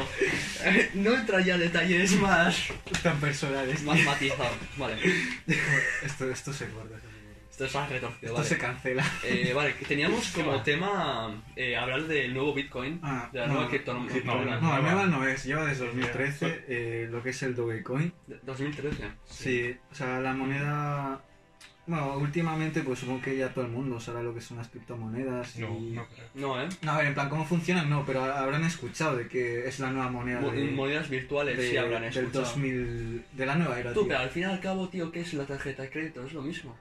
S1: no entrar ya en detalles más,
S3: Tan personal ¿eh? esto.
S1: más matizados. ah, Vale,
S3: Esto, esto se guarda. esto se guarda.
S1: esto es más retorcido,
S3: Esto
S1: vale.
S3: se cancela.
S1: Eh, vale, que teníamos como
S2: va.
S1: tema eh, hablar del nuevo Bitcoin,
S3: Ah,
S1: de la
S3: no,
S1: nueva
S3: no.
S1: criptomoneda.
S2: Sí, no,
S3: No,
S2: Nueva.
S3: nueva no es, lleva desde 2013 eh, lo que es el Dogecoin.
S1: 2013.
S3: Sí, o sea, la moneda. Bueno, últimamente, pues supongo que ya todo el mundo sabe lo que son las criptomonedas.
S2: No,
S3: y...
S2: no creo.
S1: No, ¿eh?
S3: No, a ver, en plan, ¿cómo funcionan? No, pero habrán escuchado de que es la nueva moneda
S1: Mo-
S3: de-
S1: monedas virtuales,
S3: de-
S1: sí hablan
S3: del
S1: escuchado.
S3: 2000, de la nueva era.
S1: Tú,
S3: tío.
S1: pero al fin y al cabo, tío, ¿qué es la tarjeta de crédito? Es lo mismo.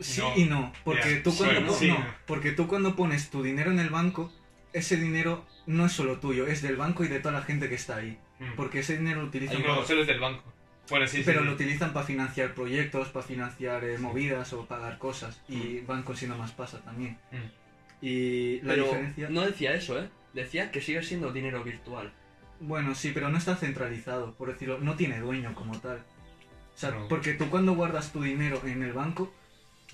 S3: Sí
S2: No.
S3: y no, porque
S2: Ya,
S3: tú
S2: sí,
S3: cuando
S1: ¿no?
S3: po-
S2: Sí.
S3: no, porque tú cuando pones tu dinero en el banco, ese dinero no es solo tuyo, es del banco y de toda la gente que está ahí,
S2: Mm.
S3: porque ese dinero lo utilizan
S2: No, solo es del banco. Bueno, sí, sí,
S3: pero
S2: sí.
S3: lo utilizan para financiar proyectos, para financiar eh, movidas o pagar cosas y van consiguiendo más pasa también.
S2: Mm.
S3: Y la
S1: pero
S3: diferencia
S1: no decía eso, ¿eh? Decía que sigue siendo dinero virtual.
S3: Bueno, sí, pero no está centralizado, por decirlo, no tiene dueño como tal. O sea,
S2: No.
S3: porque tú cuando guardas tu dinero en el banco,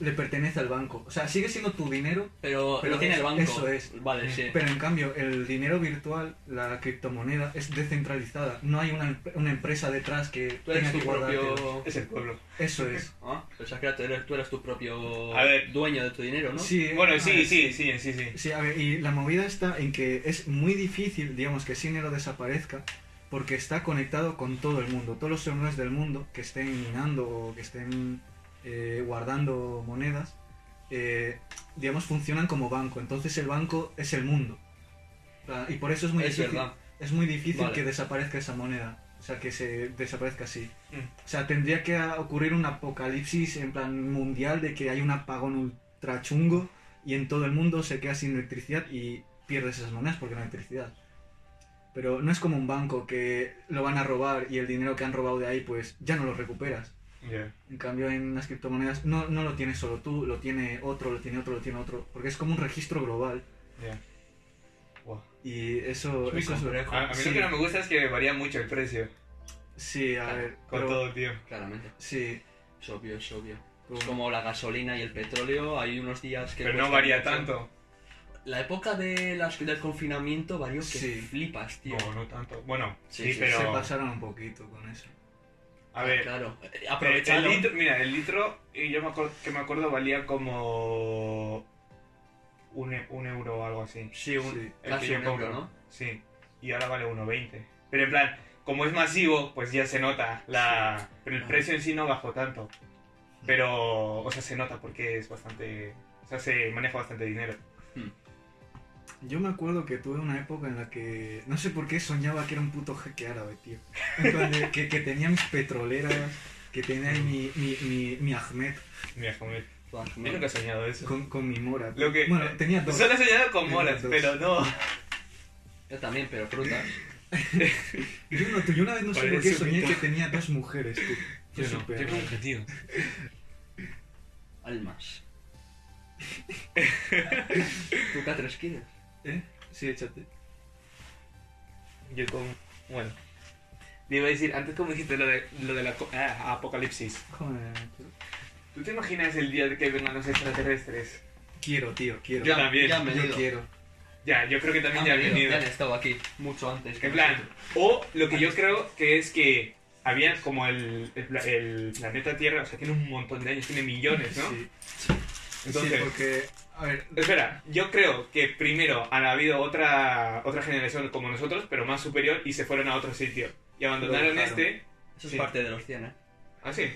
S3: le pertenece al banco. O sea, sigue siendo tu dinero,
S1: Pero,
S3: Pero
S1: lo tiene el
S3: es-
S1: banco.
S3: eso es. Eh,
S1: Vale, sí.
S3: pero en cambio el dinero virtual, la criptomoneda, es descentralizada. No hay una, em- una empresa detrás que
S1: Tú eres
S3: tenga
S1: tu
S3: que guardártelo.
S1: propio...
S2: Es el pueblo.
S3: Eso es.
S1: Ah, pensaba que era- tú eres, tú eres tu propio
S2: A ver.
S1: dueño de tu dinero, ¿no?
S3: Sí, ah,
S2: Bueno,
S3: a
S2: sí,
S3: ver,
S2: sí, sí, sí, sí.
S3: Sí, a ver, y la movida está en que es muy difícil, digamos, que Sinero desaparezca porque está conectado con todo el mundo, todos los servidores del mundo que estén minando o que estén eh, guardando monedas, eh, digamos, funcionan como banco. Entonces el banco es el mundo. O sea, Y por eso es muy
S1: es
S3: difícil,
S1: verdad.
S3: es muy difícil
S1: Vale.
S3: que desaparezca esa moneda. O sea, que se desaparezca así.
S2: Mm.
S3: O sea, tendría que ah, ocurrir un apocalipsis en plan mundial de que hay un apagón ultra chungo y en todo el mundo se queda sin electricidad y pierdes esas monedas porque no hay electricidad. Pero no es como un banco que lo van a robar y el dinero que han robado de ahí pues ya no lo recuperas.
S2: Ya.
S3: En cambio en las criptomonedas no, no lo tienes solo tú, lo tiene otro, lo tiene otro, lo tiene otro. Porque es como un registro global
S2: Ya. Guau.
S3: y eso...
S1: Es muy
S3: eso es lo-
S1: complejo,
S2: A, a mí
S3: Sí.
S2: lo que no me gusta es que varía mucho el precio.
S3: Sí, a ver.
S2: Con
S3: pero-
S2: todo, tío.
S1: claramente.
S3: Sí.
S1: Es obvio, es obvio. Es como la gasolina y el petróleo, hay unos días que...
S2: Pero no
S1: cuesta
S2: varía
S1: mucho.
S2: tanto.
S1: La época de las, del confinamiento varió que
S3: Sí.
S1: flipas, tío.
S2: No, no tanto. Bueno,
S1: Sí,
S2: sí,
S1: sí,
S3: Se
S2: pero.
S3: pasaron un poquito con eso.
S2: A ver,
S1: Claro, eh,
S2: Eh, El
S1: aprovechalo.
S2: litro, mira, el litro, y yo me acuerdo, que me acuerdo valía como un, e- un euro o algo así.
S1: Sí, un,
S3: Sí.
S2: El
S1: casi
S2: que yo
S1: un euro,
S2: compro.
S1: ¿no?
S2: Sí, y ahora vale 1,20. Pero en plan, como es masivo, pues ya se nota. La... Pero el
S3: Ah.
S2: precio en sí no bajó tanto. Pero, o sea, se nota porque es bastante... O sea, se maneja bastante dinero.
S3: Yo me acuerdo que tuve una época en la que no sé por qué soñaba que era un puto jeque árabe, tío. En plan de que, que tenía mis petroleras, que tenía ahí mi, mi, mi, mi Ahmed
S2: Mira, como... Yo
S1: Buah, no.
S2: nunca he soñado eso.
S3: con, con mi mora. tío.
S2: Lo que-
S3: Bueno, tenía dos.
S2: Solo he soñado con molas,
S3: Dos.
S2: pero no.
S1: Yo también, pero frutas.
S3: Yo, no, tú, yo una vez no sé por qué
S2: Parece
S3: soñé
S2: un-
S3: que tenía dos mujeres, tío. Fue súper raro.
S2: objetivo.
S1: Almas. ¿Tú qué tres quieres?
S3: ¿Eh? Sí, échate.
S2: Yo con... Bueno. Te iba a decir, antes como dijiste lo de, lo de la co- ah, apocalipsis.
S3: Joder, tío.
S2: ¿Tú te imaginas el día de que vengan los extraterrestres?
S3: Quiero, tío, quiero.
S2: Yo también.
S1: Ya han
S3: Yo
S1: venido.
S3: quiero.
S2: Ya, yo creo que también
S1: Han
S2: ya han
S1: venido,
S2: venido.
S1: ya han estado aquí mucho antes. que
S2: En plan,
S1: nosotros.
S2: o lo que yo creo que es que había como el, el, pla- el planeta Tierra, o sea, tiene un montón de años, tiene millones, ¿no?
S3: Sí.
S2: Entonces,
S3: sí, porque, a ver,
S2: espera, yo creo que primero han habido otra, otra generación como nosotros, pero más superior, y se fueron a otro sitio. Y abandonaron
S3: Lo dejaron.
S2: este.
S1: Eso
S2: sí.
S1: es parte de los 100, ¿eh?
S2: Ah, sí.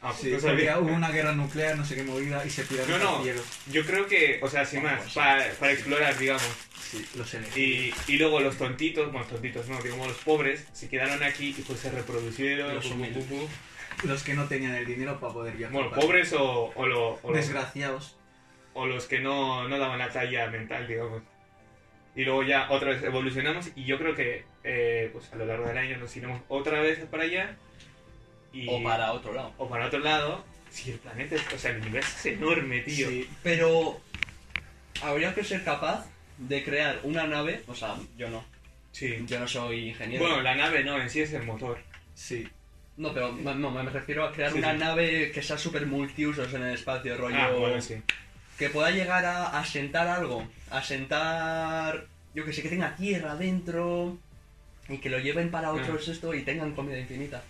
S2: Ah, pues
S3: sí,
S2: tú
S3: porque
S2: sabías.
S3: hubo una guerra nuclear, no sé qué movida, y se tiraron
S2: No,
S3: al
S2: no.
S3: cielo.
S2: Yo creo que, o sea, sin más, para, para explorar, digamos.
S3: Sí, los elegí.
S2: Y, y luego los tontitos, bueno, tontitos no, digamos los pobres, se quedaron aquí y pues se reproducieron.
S1: Los
S2: pu, pu, pu, pu.
S3: Los que no tenían el dinero para poder viajar.
S2: Bueno,
S3: para-
S2: pobres o, o, lo- o los,
S3: Desgraciados.
S2: o los que no, no daban la talla mental, digamos. Y luego ya otra vez evolucionamos y yo creo que eh, pues a lo largo del año nos iremos otra vez para allá. Y,
S1: O para otro lado.
S2: o para otro lado. Si el planeta, es- o sea, el universo es enorme, tío.
S3: Sí.
S1: Pero habría que ser capaz de crear una nave, o sea, yo no,
S2: Sí.
S1: yo no soy ingeniero.
S2: Bueno, la nave no, en sí es el motor.
S3: Sí.
S1: No, pero ma- no, me refiero a crear
S2: Sí,
S1: una
S2: sí.
S1: nave que sea súper multiusos en el espacio, rollo.
S2: Ah, bueno, sí.
S1: Que pueda llegar a asentar algo, asentar, yo que sé, que tenga tierra dentro y que lo lleven
S2: Ah.
S1: para otros esto y tengan comida infinita.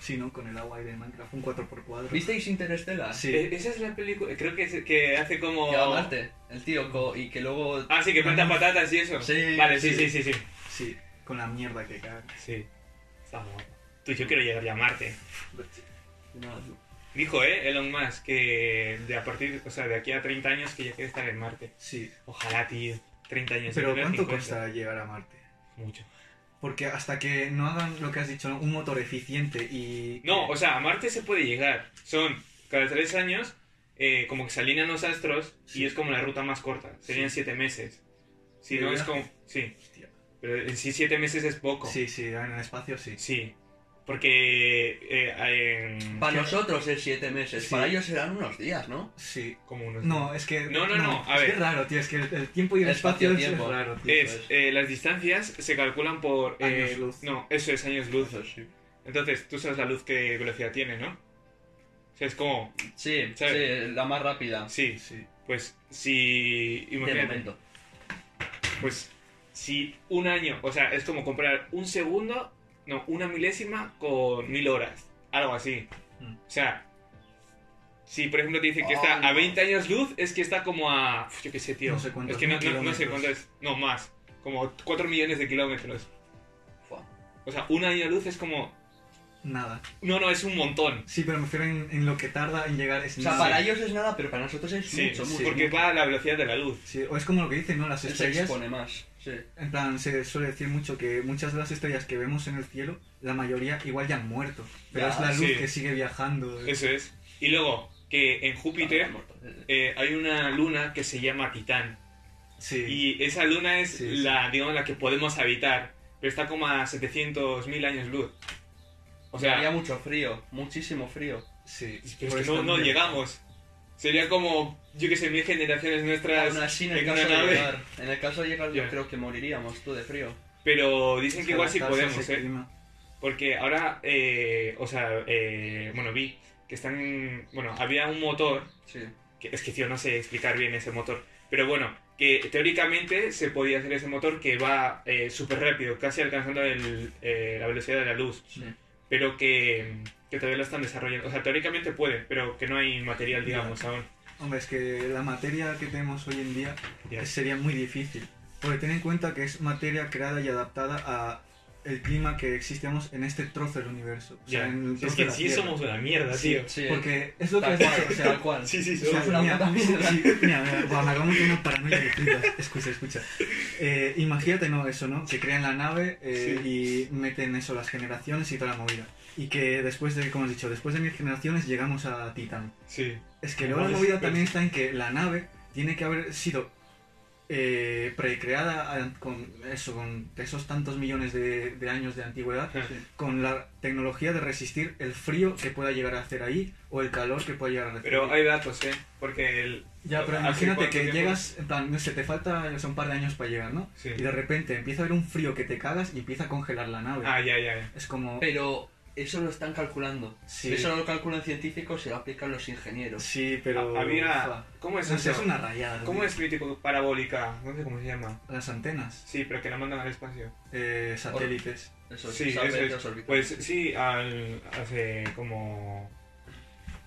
S3: Sí, ¿no? Con el agua y de Minecraft, un 4x4.
S1: ¿Visteis Interstellar?
S3: Sí.
S2: E- Esa es la película, creo que, es- que hace como...
S1: Que va a Marte, el tío, co- y que luego...
S2: Ah, sí, que plantan patatas y eso.
S1: Sí,
S2: Vale, sí,
S3: sí.
S2: sí, sí, sí.
S3: Sí, con la mierda que cae.
S2: Sí. Está guapo. Tú, yo quiero llegar ya a Marte.
S1: No,
S2: Dijo, eh, Elon Musk, que de a partir, o sea, de aquí a 30 años que ya quiere estar en Marte.
S3: Sí.
S2: Ojalá, tío. 30 años.
S3: Pero
S2: yo creo
S3: ¿cuánto
S2: 50.
S3: cuesta llegar a Marte?
S2: Mucho.
S3: Porque hasta que no hagan lo que has dicho, un motor eficiente y...
S2: No, o sea, a Marte se puede llegar. Son cada tres años, eh, como que se alinean los astros
S3: Sí.
S2: y es como la ruta más corta. Serían
S3: Sí.
S2: siete meses. Si
S3: ¿De
S2: no
S3: viaje?
S2: es como. Sí,
S3: Hostia.
S2: pero en sí siete meses es poco.
S3: Sí, sí, en el espacio sí.
S2: Sí, porque. eh, en-
S1: Para nosotros es siete meses,
S3: Sí.
S1: para ellos serán unos días, ¿no?
S3: Sí.
S2: como unos-
S3: No, es que...
S2: Pues No, no, no, a
S3: es
S2: ver.
S3: que es raro, tío, es que el, el tiempo y el
S1: El
S3: espacio, es-
S1: espacio-tiempo.
S3: es raro, tío.
S2: Es, eh, las distancias se calculan por. eh,
S3: Años luz.
S2: No, eso es años luz.
S1: Eso sí.
S2: Entonces, tú sabes la luz que velocidad tiene, ¿no? O sea, es como.
S1: Sí,
S2: Sí.
S1: sí, la más rápida.
S2: Sí,
S3: Sí.
S2: pues si.
S1: De
S2: Imagínate.
S1: momento.
S2: Pues si un año, o sea, es como comprar un segundo, no, una milésima con mil horas, algo así.
S3: Mm.
S2: O sea, si por ejemplo te dicen que
S1: Oh,
S2: está a
S1: no.
S2: 20 años luz, es que está como a, uf, yo qué sé, tío.
S3: No sé cuántos
S2: es que no,
S3: mil
S2: no- no sé
S3: kilómetros.
S2: cuánto es, no, más, como 4 millones de kilómetros.
S1: Fua.
S2: O sea, un año luz es como,
S3: Nada.
S2: no, no, es un montón.
S3: Sí, pero me refiero en, en lo que tarda en llegar es
S1: O sea,
S3: nada.
S1: para ellos es nada, pero para nosotros es
S2: Sí,
S1: mucho,
S3: sí.
S1: mucho.
S2: porque
S1: mucho.
S2: va a la velocidad de la luz.
S3: Sí, o es como lo que dicen, ¿no? Las
S1: Él se
S3: estrellas...
S1: expone más. Sí.
S3: En plan, se suele decir mucho que muchas de las estrellas que vemos en el cielo, la mayoría igual ya han muerto. Pero
S1: Ya,
S3: es la luz
S2: sí.
S3: que sigue viajando.
S2: Eso es. Y luego, que en Júpiter eh, hay una luna que se llama Titán.
S3: Sí.
S2: Y esa luna es
S3: Sí, sí.
S2: la, digamos, la que podemos habitar, pero está como a 700.000 años luz. O
S1: Había
S2: sea,
S1: mucho frío, muchísimo frío.
S3: Sí.
S2: pero
S3: Por
S2: es que
S3: eso
S2: no, no
S3: también.
S2: llegamos. Sería como, yo que sé, mil generaciones nuestras
S1: Aún así, en el
S2: en una
S1: caso de
S2: nave.
S1: llegar, en el caso de llegar, yo
S2: Ya.
S1: creo que moriríamos tú de frío.
S2: Pero dicen que igual sí
S3: Adaptarse a
S2: podemos,
S3: ese
S2: ¿eh?
S3: clima.
S2: Porque ahora, eh, o sea, eh, bueno, vi que están, bueno, había un motor
S1: Sí.
S2: que- es que tío, no sé explicar bien ese motor, pero bueno, que teóricamente se podía hacer ese motor que va eh, súper rápido, casi alcanzando el, eh, la velocidad de la luz,
S1: Sí.
S2: pero que, que todavía lo están desarrollando. O sea, teóricamente puede, pero que no hay material, digamos, aún.
S3: Hombre, es que la materia que tenemos hoy en día
S2: Ya.
S3: sería muy difícil. Porque ten en cuenta que es materia creada y adaptada a el clima que existimos en este trozo del universo. O sea,
S2: Ya.
S3: en el
S2: Es
S3: trozo de
S2: que
S3: la
S2: sí
S3: Tierra.
S2: somos eh, una mierda,
S3: Sí.
S2: tío.
S1: Sí. eh,
S3: Porque es lo que
S1: tal
S3: has
S1: cual,
S3: dicho, o sea,
S1: tal cual.
S2: Sí, sí,
S3: O sea,
S2: somos
S1: una
S3: mira,
S1: puta mierda.
S3: sí, mira, mira, guau, me acabo de meter una paranoia que flipas. Escucha, escucha. Eh, imagínate, ¿no? Eso, ¿no? Que crean la nave eh, y meten eso, las generaciones y toda la movida. Y que después de, como has dicho, después de mil generaciones llegamos a Titán.
S2: Sí.
S3: Es que luego la
S2: Pues,
S3: movida
S2: pues.
S3: también está en que la nave tiene que haber sido eh, precreada a- con eso, con esos tantos millones de, de años de antigüedad,
S2: Ajá.
S3: con la tecnología de resistir el frío que pueda llegar a hacer ahí o el calor que pueda llegar a hacer.
S2: Pero hay datos, ¿eh? Porque el...
S3: Ya, pero
S2: ¿Hace
S3: imagínate
S2: cuánto
S3: que
S2: tiempo?
S3: llegas, en plan, no sé, te falta o sea, un par de años para llegar, ¿no?
S2: Sí.
S3: Y de repente empieza a haber un frío que te cagas y empieza a congelar la nave.
S2: Ah, ya, ya, ya.
S3: Es como...
S1: Pero eso lo están calculando.
S3: Sí.
S1: Eso lo calculan científicos y lo aplican los ingenieros.
S3: Sí, pero...
S2: Había...
S3: Ufa.
S2: ¿Cómo es
S3: No sé,
S2: eso?
S3: es una rayada.
S2: ¿Cómo
S3: tío.
S2: es tipo parabólica? No sé cómo se llama.
S3: Las antenas,
S2: Sí, pero que la mandan al espacio.
S3: eh, satélites.
S1: Eso
S2: Sí,
S1: sabe,
S2: eso es.
S1: los orbitales.
S2: Pues sí, al, hace como.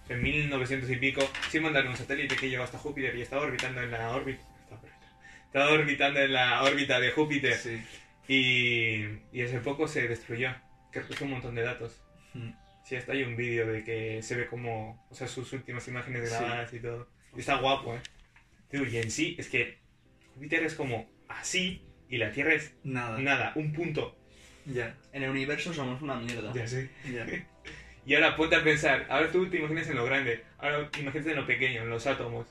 S2: En 1900 y pico, sí mandaron un satélite que lleva hasta Júpiter y estaba orbitando en la órbita. estaba orbitando- Estaba orbitando en la órbita de Júpiter.
S3: Sí.
S2: Y, y hace poco se destruyó. Que recoge un montón de datos.
S3: Mm.
S2: Sí, hasta hay un vídeo de que se ve como. O sea, sus últimas imágenes
S3: Sí.
S2: grabadas y todo. Y está guapo, ¿eh? Tío, y en sí, es que Júpiter es como así y la Tierra es
S3: Nada.
S2: nada, un punto.
S3: Ya,
S1: En el universo somos una
S3: Ah.
S1: mierda.
S2: Ya sé.
S3: ya.
S2: Y ahora ponte a pensar, ahora tú te imaginas en lo grande, ahora imagínate en lo pequeño, en los átomos.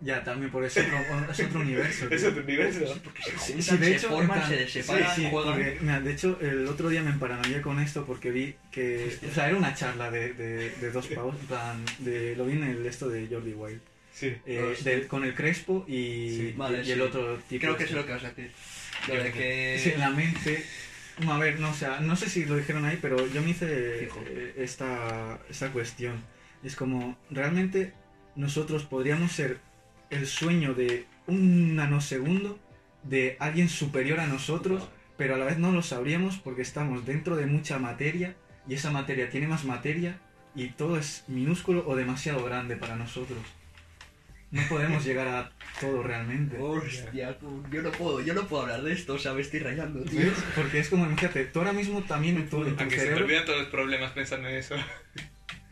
S3: Ya, también por eso otro- es otro universo. tío.
S2: Es otro universo.
S1: Porque se
S3: Sí,
S1: juntan,
S3: sí, de
S1: se
S3: hecho,
S1: forman,
S3: en plan-
S1: se separan,
S3: sí, sí,
S1: juegan.
S3: porque, mira, de hecho, el otro día me emparanoié con esto porque vi que. O sea, era una charla de, de, de dos pavos. en plan, de, lo vi en el esto de Jordi Wild.
S2: Sí.
S3: eh,
S1: Ah, Sí.
S3: del- con el Crespo y,
S2: Sí,
S1: vale,
S3: y
S1: sí.
S3: el otro tipo. este.
S1: Creo que
S3: ese.
S1: es lo que vas a decir. Lo
S2: Yo
S1: de
S2: creo
S1: que.
S3: Sí, en la mente. A ver, no, o sea, no sé si lo dijeron ahí, pero yo me hice
S1: Fijo.
S3: eh, esta, esta cuestión. Es como, realmente nosotros podríamos ser el sueño de un nanosegundo de alguien superior a nosotros, pero a la vez no lo sabríamos porque estamos dentro de mucha materia y esa materia tiene más materia y todo es minúsculo o demasiado grande para nosotros. No podemos llegar a todo realmente.
S1: Hostia, tú, yo no puedo, yo no puedo hablar de esto, o sea, me estoy rayando, tío.
S3: ¿Ves? Porque es como, imagínate, tú ahora mismo también en tu, en tu
S2: Aunque se te
S3: cerebro.
S2: olvidan todos los problemas pensando en eso.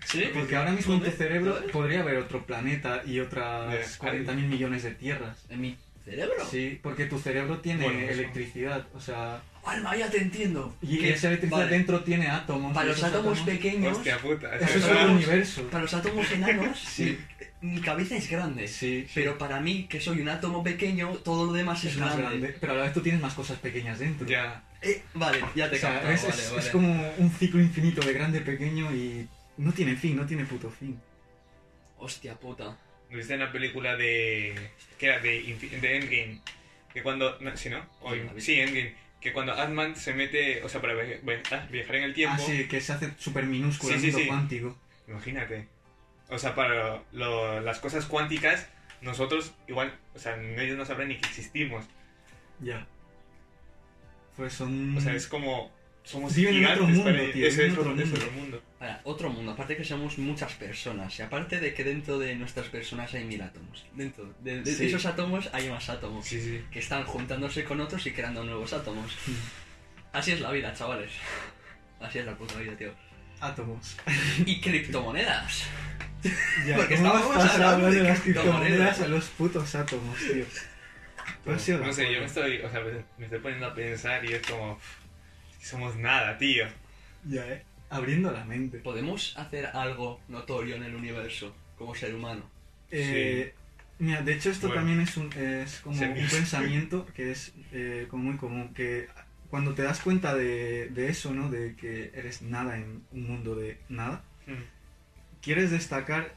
S1: ¿Sí?
S3: Porque ahora mismo en tu
S1: ¿Dónde?
S3: cerebro
S1: ¿Dónde?
S3: podría haber otro planeta y otras
S2: Bien.
S3: 40 mil millones de tierras.
S1: ¿En mi cerebro?
S3: Sí, porque tu cerebro tiene
S2: Bueno, eso.
S3: electricidad, o sea,
S1: Alma, ya te entiendo.
S3: y
S1: Que-
S3: esa electricidad
S1: vale,
S3: dentro tiene átomos.
S1: Para
S3: y
S1: los
S3: esos
S1: átomos pequeños,
S2: Hostia puta.
S3: Eso es el
S1: Átomos.
S3: universo.
S1: para los átomos enanos,
S3: Sí.
S1: mi, mi cabeza es grande.
S3: Sí,
S1: Pero para mí, que soy un átomo pequeño, todo lo demás es,
S3: es más
S1: grande.
S3: grande. Pero a la vez tú tienes más cosas pequeñas dentro.
S2: Ya.
S1: Eh, vale, ya te
S3: O
S1: he
S3: sea,
S1: captado,
S3: es,
S1: vale,
S3: es-
S1: vale.
S3: es como un ciclo infinito de grande, pequeño y no tiene fin, no tiene puto fin.
S1: Hostia puta.
S2: ¿Viste una película de. que era de, Infi- de Endgame? Que cuando. No, ¿Sí, no? O-
S1: Sí, la vi.
S2: sí, Endgame. Que cuando Ant-Man se mete. O sea, para viaje- viajar viajar en el
S1: Ah,
S2: tiempo.
S3: Así que se hace súper minúsculo
S2: Sí,
S3: el
S2: sí,
S3: mundo
S2: sí.
S3: cuántico.
S2: Imagínate. O sea, para lo- las cosas cuánticas, nosotros igual. O sea, ellos no sabrán ni que existimos.
S3: Ya. Pues son.
S2: O sea, es como. Somos
S3: Viven en
S2: gigantes
S3: otro mundo,
S2: para ellos.
S3: tío,
S2: Eso
S3: viven
S2: es
S3: en otro
S2: otro, es
S3: mundo.
S2: otro mundo.
S1: Ahora, otro mundo, aparte que somos muchas personas, y aparte de que dentro de nuestras personas hay mil átomos. Dentro de, de
S3: Sí.
S1: esos átomos hay más átomos,
S2: Sí, sí.
S1: que están juntándose con otros y creando nuevos átomos. Así es la vida, chavales. Así es la puta vida, tío.
S3: Átomos.
S1: Y criptomonedas.
S3: Ya,
S1: Porque
S3: ¿cómo
S1: estábamos
S3: vas a hablar
S1: hablando de
S3: de las
S1: criptomonedas?
S3: criptomonedas a los putos átomos, tío. Tú has sido la
S2: No sé, yo me
S3: polla.
S2: estoy. O sea, me me estoy poniendo a pensar y es como. es que Somos nada, tío.
S3: Ya, eh. Abriendo la mente.
S1: ¿Podemos hacer algo notorio en el universo como ser humano?
S3: Eh, Mira, de hecho esto
S2: Bueno.
S3: también es, un, es como un
S2: Genios.
S3: pensamiento que es eh, como muy común, que cuando te das cuenta de, de eso, ¿no? De que eres nada en un mundo de nada,
S2: Mm.
S3: quieres destacar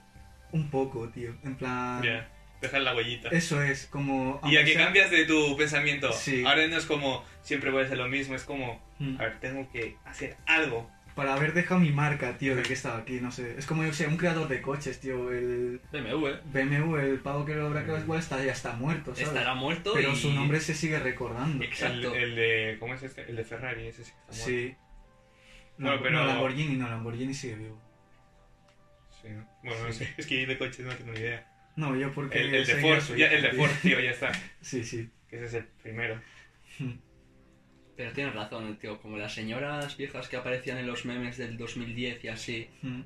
S3: un poco, tío. En plan...
S2: Ya. Dejar la huellita.
S3: Eso es, como...
S2: Y
S3: aunque
S2: a que
S3: sea-
S2: cambias de tu pensamiento.
S3: Sí.
S2: Ahora no es como siempre voy a hacer lo mismo, es como,
S3: Mm.
S2: a ver, tengo que hacer algo.
S3: Para haber dejado mi marca, tío, de que estaba aquí, no sé. Es como, yo que sé, un creador de coches, tío. El
S1: BMW.
S3: BMW, el pavo que lo habrá
S2: Mm.
S3: creado, igual está, ya está muerto, ¿sabes?
S1: Estará muerto
S3: Pero
S1: y-
S3: su nombre se sigue recordando.
S1: Exacto.
S2: El, el de, ¿cómo es este? El de Ferrari, ese sí. que está muerto.
S3: Sí. No,
S2: Bueno, pero-
S3: no, Lamborghini, no, Lamborghini sigue vivo.
S2: Sí, ¿no? Bueno, no sé, es que yo de coches no tengo ni idea.
S3: No, yo porque...
S2: El, el de
S3: soy
S2: Ford,
S3: gaso,
S2: ya,
S3: yo
S2: el de
S3: soy-
S2: Ford, tío, ya está.
S3: Sí, sí.
S2: Que ese es el primero.
S1: Pero tienes razón, tío. Como las señoras viejas que aparecían en los memes del 2010 y así,
S3: Mm,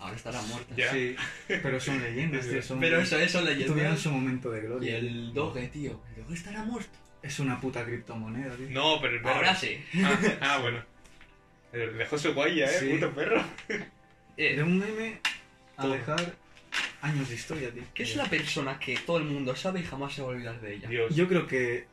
S1: ahora estarán muertas.
S2: Ya.
S3: Sí, pero son leyendas, tío. Son...
S1: Pero eso, eso leyenda.
S3: Tuvieron su momento de
S1: Y
S3: gloria.
S1: el Doge, tío. El Doge estará muerto.
S3: Es una puta criptomoneda, tío.
S2: No, pero el perro.
S1: Ahora sí.
S2: Ah, ah, bueno. Pero dejó su huella, ¿eh?
S3: Sí.
S2: Puto perro.
S1: Eh,
S3: De un meme a
S2: Todo.
S3: dejar años de historia, tío.
S1: ¿Qué es la persona que todo el mundo sabe y jamás se va a olvidar de ella?
S2: Dios.
S3: Yo creo que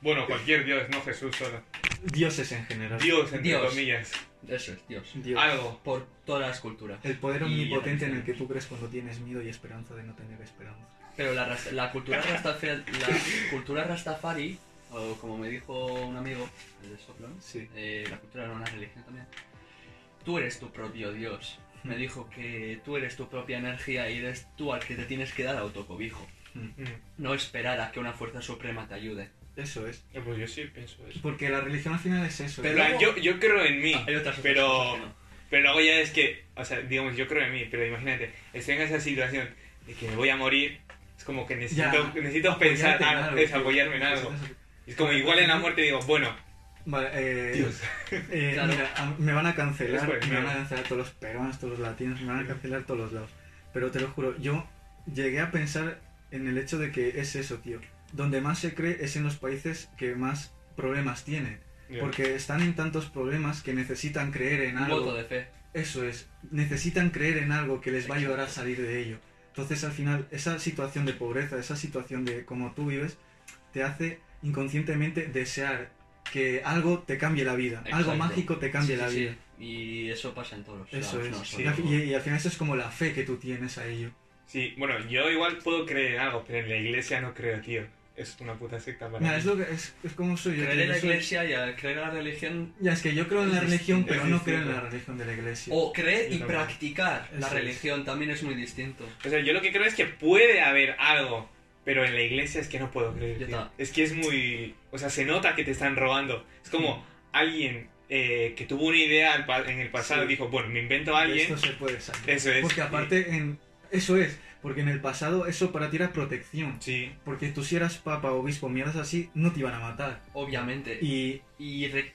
S2: Bueno, cualquier Dios, no Jesús solo.
S3: dioses en general.
S2: Dios, entre
S1: Dios.
S2: comillas.
S1: Eso es, Dios.
S3: Dios.
S2: Algo.
S1: Por todas las culturas.
S3: El poder
S1: Y
S3: omnipotente
S1: ya
S3: en el
S1: está.
S3: que tú crees cuando tienes miedo y esperanza de no tener esperanza.
S1: Pero la, ras- la cultura rastafari, la cultura rastafari, o como me dijo un amigo, el de Soplo, ¿no?
S3: Sí.
S1: Eh, la cultura era una religión también. Tú eres tu propio Dios. Me dijo que tú eres tu propia energía y eres tú al que te tienes que dar autocobijo.
S2: Mm.
S1: No esperar a que una fuerza suprema te ayude.
S3: Eso es.
S2: Eh, Pues yo sí pienso eso.
S3: Porque la religión al final es eso.
S2: En
S1: Pero-
S3: ¿eh?
S2: plan, yo, yo creo en mí,
S3: Ah,
S1: Hay otras
S2: pero...
S1: cosas que no.
S2: Pero luego ya es que, o sea, digamos, yo creo en mí, pero imagínate, estoy en esa situación de que me voy a morir, es como que necesito,
S3: Ya,
S2: necesito
S3: Apoyarte
S2: pensar,
S3: en
S2: ah,
S3: algo,
S2: es
S3: tío.
S2: apoyarme en algo. Es como igual en la muerte digo, bueno,
S3: Vale, eh,
S2: Dios,
S3: eh,
S1: Claro.
S3: mira, a- me van a
S2: Es
S3: cancelar,
S2: bueno,
S3: me van a
S2: claro.
S3: cancelar todos los peruanos, todos los latinos, me van a cancelar todos los lados. Pero te lo juro, yo llegué a pensar en el hecho de que es eso, tío. Donde más se cree es en los países que más problemas tienen. Porque están en tantos problemas que necesitan creer en
S1: Un
S3: algo.
S1: voto de fe.
S3: Eso es, necesitan creer en algo que les va a ayudar a salir de ello. Entonces al final esa situación de pobreza, esa situación de cómo tú vives, te hace inconscientemente desear que algo te cambie la vida, algo
S1: Exacto.
S3: mágico te cambie
S1: Sí,
S3: la
S1: sí,
S3: vida.
S1: sí. Y eso pasa en todos los
S3: Eso
S1: lados,
S3: es.
S1: no
S3: y,
S1: solo-
S3: al- y- y al final eso es como la fe que tú tienes a ello.
S2: Sí, bueno, yo igual puedo creer en algo, pero en la iglesia no creo, tío. Es una puta secta para
S3: Mira,
S2: mí.
S3: es, lo que, es, es como soy yo.
S1: Creer
S3: tío,
S1: en la
S3: yo soy-
S1: iglesia y a creer en la religión.
S3: Ya, es que yo creo en la
S1: Es
S3: religión,
S1: distinto,
S3: pero
S2: es
S3: no creo en
S2: distinto.
S3: la religión de la iglesia.
S1: O creer y
S2: Yo también.
S1: practicar la
S3: Eso es.
S1: religión también es muy distinto.
S2: O sea, yo lo que creo es que puede haber algo, pero en la iglesia es que no puedo creer.
S1: Yo
S2: tío.
S1: ta-
S2: Es que es muy... O sea, se nota que te están robando. Es como alguien eh, que tuvo una idea al pa- en el pasado
S3: Sí.
S2: y dijo, bueno, me invento a
S3: De
S2: alguien.
S3: Esto se puede sacar.
S2: Eso es.
S3: Porque aparte, en, eso es, porque en el pasado eso para ti era protección.
S2: Sí,
S3: Porque tú si eras papa, obispo, mierdas así, no te iban a matar.
S1: Obviamente. Y,
S3: Y
S1: re-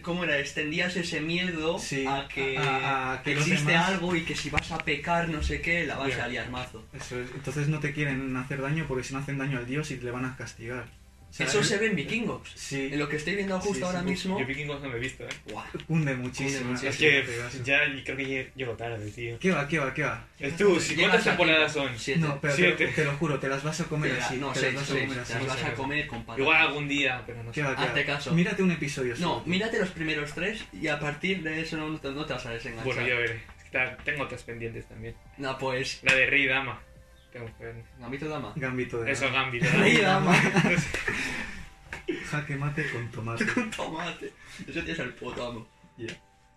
S1: ¿cómo era? Extendías ese miedo
S3: sí,
S1: a que,
S3: a- a que los
S1: existe
S3: demás-
S1: algo y que si vas a pecar no sé qué, la vas
S2: Ya.
S1: a liar mazo.
S3: Eso es, entonces no te quieren hacer daño porque si no hacen daño al dios y le van a castigar. O sea,
S1: Eso
S3: el-
S1: se ve en vikingos.
S3: Sí,
S1: En lo que estoy viendo justo
S3: Sí, sí,
S1: ahora
S3: sí.
S1: mismo.
S2: yo vikingos no me he visto, ¿eh?
S1: Buah.
S3: cunde muchísimo.
S1: muchísimo.
S2: es
S1: sí,
S2: que
S3: ese pedazo.
S2: ya creo que lle- llego tarde, tío.
S3: ¿Qué va, qué va, qué va?
S2: Es tú, si-
S1: Llegas
S2: ¿cuántas
S1: a
S2: temporadas
S1: tiempo.
S2: son?
S1: Siete.
S3: No, pero te,
S2: Siete.
S3: te lo juro, te las vas a comer
S1: Te la-
S3: así.
S1: no,
S3: te
S1: seis,
S3: las vas a
S1: seis,
S3: comer
S1: te
S3: así.
S1: las vas
S2: sí,
S1: a
S2: sí.
S1: comer con patatas.
S2: Igual algún día, pero no
S3: ¿Qué
S2: sé.
S3: va, qué va?
S1: Hazte caso.
S3: Mírate un episodio
S1: No,
S3: solo.
S1: mírate los primeros tres y a partir de eso no, no te no te vas a desenganchar.
S2: Bueno, ya veré. Es que ta- Tengo otras pendientes también.
S1: No, pues,
S2: La de Rey Dama. Tengo que ver.
S1: Gamito Dama.
S3: Gambito de
S2: Eso,
S3: dama.
S2: Gambito.
S1: Rey Dama.
S3: Jaque mate con tomate.
S1: Con tomate. Eso tienes el puto amo.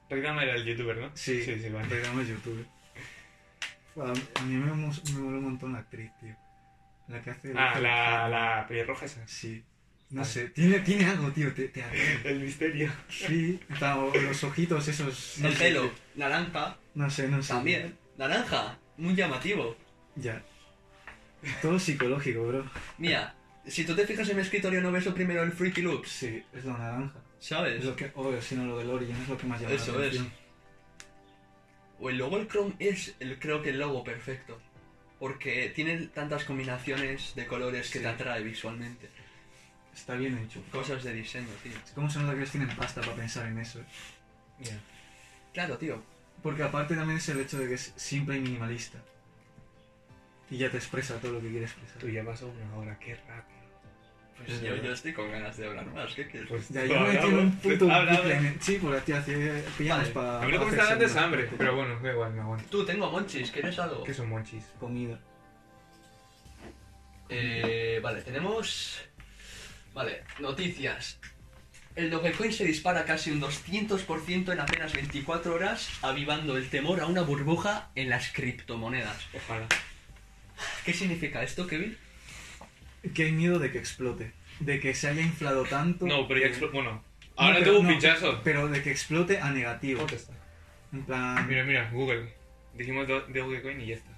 S2: Rey Dama era el youtuber, ¿no?
S3: Sí,
S2: Sí, sí, vale.
S3: Pegamos YouTube. A, a mí me, mos- me moló un montón la actriz, tío. La que hace.
S2: Ah, la, la pelirroja esa.
S3: Sí. No
S2: Ah.
S3: sé, tiene, tiene algo, tío. Te, te atrae.
S2: El misterio.
S3: Sí, está- o los ojitos esos. no
S1: El
S3: sé,
S1: pelo, naranja,
S3: No sé, no sé.
S1: también. Naranja, muy llamativo.
S3: Ya. Todo psicológico, bro.
S1: Mira, si tú te fijas en mi escritorio no ves lo primero el Freaky Loops,
S3: Sí, es la naranja. Es
S1: ¿sabes?
S3: lo que. Oh, sino lo del Origin, es lo que más llama
S1: Eso
S3: la
S1: es.
S3: atención.
S1: O el logo el Chrome es el, creo que el logo perfecto. Porque tiene tantas combinaciones de colores que
S3: Sí.
S1: te atrae visualmente.
S3: Está bien hecho.
S1: Cosas de diseño, tío.
S3: ¿Cómo se nota que ellos tienen pasta para pensar en eso? eh?
S1: Claro, tío.
S3: Porque aparte también es el hecho de que es simple y minimalista. Y ya te expresa todo lo que quiere expresar.
S2: Tú ya pasó una hora, qué rápido.
S1: Pues
S3: Es
S1: yo,
S3: verdad.
S1: yo estoy con ganas de hablar más. ¿Qué quieres?
S2: Pues,
S3: Ya, yo me metí en un puto
S2: Habla,
S3: bucle
S2: habla.
S3: en- Sí, por la tía, hace- pillamos
S1: Vale.
S3: para...
S2: A mí lo que me está dando es hambre, pero bueno, da igual, me aguanto.
S1: Tú, tengo monchis, ¿quieres algo?
S2: ¿Qué son monchis?
S3: Comida.
S1: Eh, vale, tenemos. Vale, noticias. El Dogecoin se dispara casi un 200% en apenas 24 horas, avivando el temor a una burbuja en las criptomonedas.
S2: Ojalá.
S1: ¿Qué significa esto, Kevin?
S3: Que hay miedo de que explote. De que se haya inflado tanto...
S2: No, pero ya
S3: que-
S2: explo- Bueno,
S3: No,
S2: ahora
S3: pero
S2: tuvo un
S3: no,
S2: pinchazo.
S3: Pero de que explote a negativo.
S2: ¿Cómo te está?
S3: En plan...
S2: Mira, mira, Google. Dijimos do- de Dogecoin y ya está.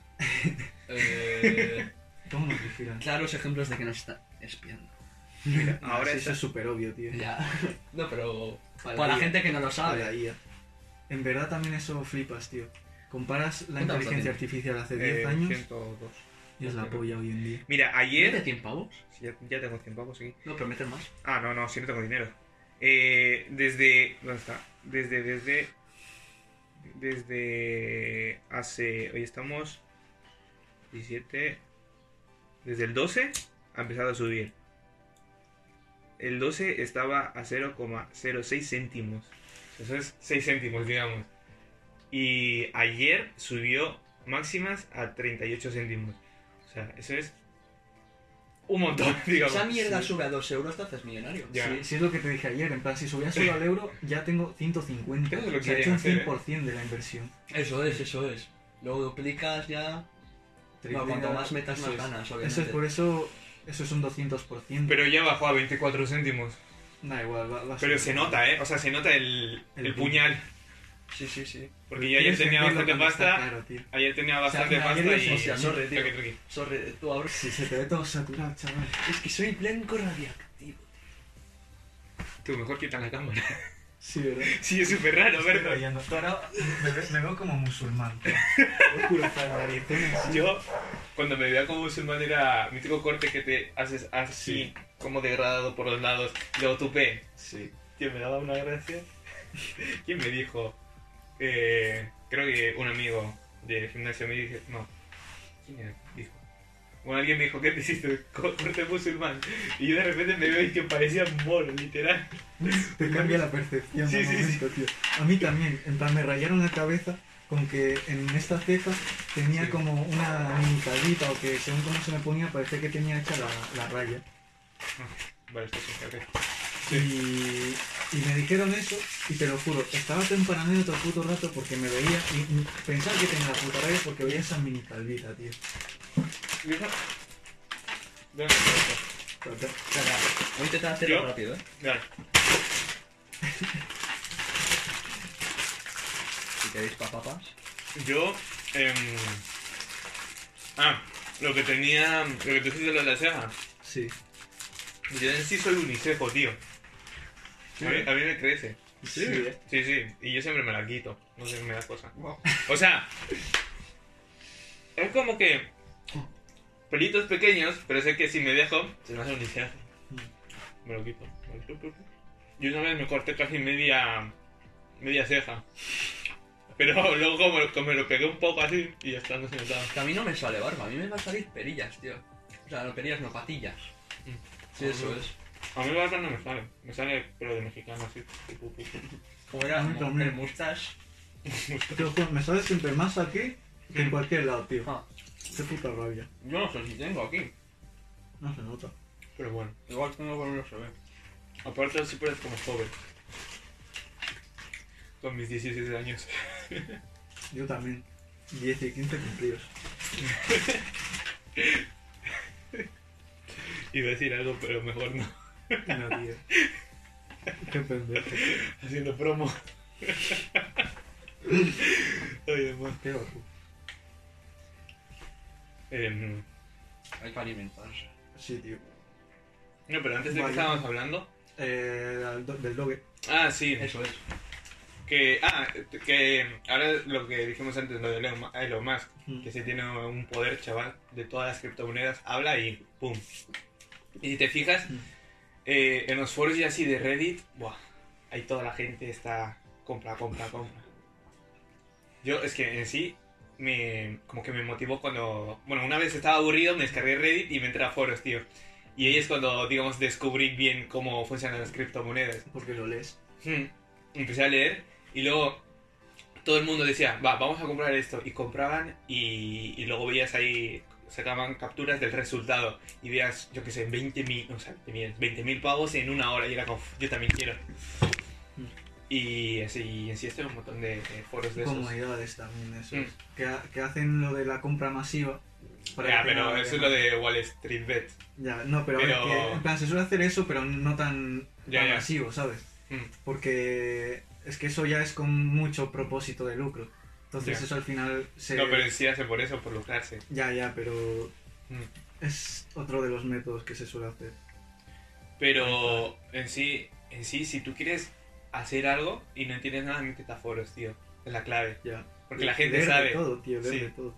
S1: Eh,
S3: ¿Cómo nos vigilan?
S1: claros ejemplos de que nos están espiando.
S3: Mira,
S2: ahora
S3: ahora
S2: está-
S3: eso es súper obvio, tío.
S1: Ya. No, pero.
S3: Para
S1: Para la
S3: ti.
S1: gente que no lo
S3: Para
S1: sabe.
S3: la IA. En verdad también eso flipas, tío. Comparas la
S1: ¿Cuánto tiene?
S3: inteligencia artificial hace 10
S2: Eh,
S3: años
S2: 102.
S3: y es la polla hoy en día.
S2: Mira,
S1: ¿Mete
S2: ayer...
S1: 100 pavos?
S2: Sí, Ya, ya tengo 100 pavos, sí.
S1: No, pero meter más.
S2: Ah, no, no, si no tengo dinero. Eh, desde... ¿Dónde está? Desde, desde... Desde hace... Hoy estamos... 17... Desde el 12 ha empezado a subir. El 12 estaba a 0,06 céntimos. Eso es 6 céntimos, digamos. Y ayer subió máximas a 38 céntimos. O sea, eso es un montón, digamos.
S1: Esa mierda
S3: sí.
S1: sube a 2 euros, te haces millonario.
S2: Ya.
S3: Sí, sí Eh, es lo que te dije ayer, en plan, si subía solo al euro, ya tengo 150.
S2: Eso es lo
S3: O
S2: que
S3: sea, he hecho
S2: quieren
S3: un
S2: hacer, ¿eh?
S3: 100% de la inversión.
S1: Eso es, eso es. Luego duplicas ya. No, cuanto
S3: Triplica-
S1: más metas,
S3: eso
S1: más
S3: es.
S1: ganas, obviamente.
S3: Eso es por eso, eso es un 200%.
S2: Pero ya bajó a 24 céntimos.
S3: da igual, va, va a
S2: Pero
S3: subir.
S2: se nota, ¿eh? O sea, se nota el,
S3: El
S2: el puñal.
S1: Sí, sí, sí.
S2: Porque yo ayer
S3: Tienes
S2: tenía
S3: que
S2: bastante
S3: hacerlo cuando está
S2: pasta.
S3: caro, tío.
S2: Ayer tenía
S3: sea,
S2: bastante
S3: ayer
S2: pasta
S3: lo
S2: y...
S1: hacía, sorry, tío.
S2: Tranqui, tranqui.
S1: Sorry, tú ahora.
S3: Sí, se te ve todo saturado, chaval.
S1: Es que soy blanco radiactivo.
S2: Tú, mejor quita la cámara.
S3: Sí, ¿verdad?
S2: Sí, es súper raro,
S3: Estoy
S2: ¿verdad?
S3: rayando. Ahora me, ve- me veo como musulmán. tío. Oscuro para la nariz, ¿eh?
S2: Yo, cuando me veía como musulmán, era mítico corte que te haces así,
S3: Sí.
S2: como degradado por los lados, y luego tupé.
S3: Sí.
S2: Tío, me daba una gracia. ¿Quién me dijo? Eh, creo que un amigo del gimnasio me dijo. No. ¿Quién era? Dijo. Bueno, alguien me dijo, ¿qué te hiciste? Co- Corte musulmán. Y yo de repente me veo y que parecía moro, literal.
S3: Te cambia la percepción
S2: Sí,
S3: del
S2: sí, sí.
S3: momento, tío. A mí también, en plan, me rayaron la cabeza con que en esta ceja tenía
S2: Sí.
S3: como una mini calvita o que según cómo se me ponía parecía que tenía hecha la, la raya.
S2: Vale, esto es un café.
S3: Y, y me dijeron eso y te lo juro, estaba tan paranoico todo el puto rato porque me veía y y pensaba que tenía la puta raya porque veía esa mini calvita, tío.
S2: Yo no- yo no sé esto.
S1: Espera, voy a intentar hacerlo
S2: ¿Yo?
S1: rápido, ¿eh?
S2: Claro.
S1: Si queréis papapas.
S2: Yo. em, ah, lo que tenía. Lo que tú hiciste lo de la ceja.
S3: Sí.
S2: Yo en sí soy unicejo, tío. A mí, a mí me crece.
S3: Sí, eh.
S2: Sí, sí. Y yo siempre me la quito. No sé, me da cosa. O sea. Es como que. Pelitos pequeños, pero sé que si me dejo, se me hace unicejo.
S3: Mm.
S2: Me lo quito. Me lo quito. Yo una vez me corté casi media. media ceja. Pero luego como, como me lo pegué un poco así y ya está, no se notaba.
S1: Que a mí no me sale barba, a mí me va a salir perillas, tío. O sea, no perillas, no patillas. Sí, eso es.
S2: A mí barba no me sale, me sale pero de mexicano así. pu, pu, pu, pu.
S1: Como era
S3: A mí
S1: como
S3: también.
S1: el mustache.
S3: Te lo juro, me sale siempre más aquí que en cualquier lado, tío.
S1: Ah,
S3: Qué puta rabia.
S1: yo no sé si tengo aquí.
S3: No se nota.
S2: Pero bueno,
S1: Igual tengo con no se ve.
S2: aparte así parece como joven. Con mis 17 años.
S3: Yo también. 10 y 15 cumplidos.
S2: Iba a decir algo, pero mejor no.
S3: No, tío. Qué pendejo.
S2: Haciendo promo. Oye, man.
S3: Qué bajo.
S2: Em,
S1: Hay que alimentarse.
S3: Sí, tío.
S2: no, pero antes de que
S3: Vale.
S2: estábamos hablando.
S3: Eh, al do- del doge.
S2: Ah, sí.
S1: Eso es.
S2: Que, ah, que ahora lo que dijimos antes, lo de Elon Elon Musk, que se tiene un poder, chaval, de todas las criptomonedas, habla y pum. Y si te fijas,
S3: Mm.
S2: eh, en los foros y así de Reddit, buah, ahí toda la gente está compra, compra, compra. Yo es que en sí, me, como que me motivó cuando, bueno, una vez estaba aburrido, me descargué Reddit y me entré a foros, tío. Y ahí es cuando, digamos, descubrí bien cómo funcionan las criptomonedas.
S3: Porque lo lees.
S2: Hmm. Empecé a leer y luego todo el mundo decía, va, vamos a comprar esto. Y compraban y, y luego veías ahí, sacaban capturas del resultado. Y veías, yo qué sé, 20 mil, o sea, 20 mil pavos en una hora. Y era como, "Uf, yo también quiero. Hmm. Y así, y así estoy en un montón de, de foros de esos.
S3: Comunidades también, eso.
S2: Mm.
S3: es. Que, ha- que hacen lo de la compra masiva. para
S2: Ya,
S3: que tenga
S2: pero
S3: la
S2: eso es lo
S3: demanda.
S2: de Wall Street Bet.
S3: Ya, no, pero, a
S2: pero-
S3: ver, que, en plan, se suele hacer eso, pero no tan,
S2: Ya,
S3: tan
S2: ya.
S3: masivo, ¿sabes?
S2: Hmm.
S3: Porque es que eso ya es con mucho propósito de lucro. Entonces
S2: Ya.
S3: eso al final se...
S2: No, pero en sí hace por eso, por lucrarse.
S3: Ya, ya, pero
S2: Hmm.
S3: es otro de los métodos que se suele hacer.
S2: Pero en sí, en sí, si tú quieres hacer algo y no tienes nada, métete a foros, tío. Es la clave.
S3: Ya.
S2: Porque la gente
S3: Leer de
S2: sabe.
S3: todo, tío, leer
S2: Sí.
S3: de todo.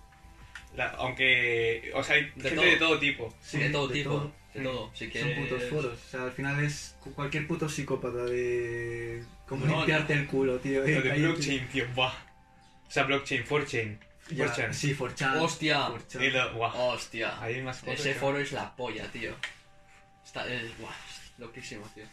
S2: La- aunque, o sea, hay gente
S1: todo.
S2: de todo tipo.
S3: Sí,
S1: de todo
S3: de
S1: tipo.
S3: todo.
S1: De todo. Si
S3: Son
S1: quieres...
S3: putos foros. O sea, al final es cu- cualquier puto psicópata de... Como
S1: No,
S3: limpiarte el culo, tío.
S2: Lo de
S3: Ahí-
S2: blockchain, tío, buah. O sea, blockchain, 4chain.
S3: Ya,
S2: 4chan.
S3: Sí, 4chan.
S1: Hostia.
S3: 4chan.
S2: Y lo- buah.
S1: Hostia.
S2: Ahí hay más cosas.
S1: Oh. Ese
S2: tío.
S1: foro es la polla, tío. Está... Es... Buah, es loquísimo, tío.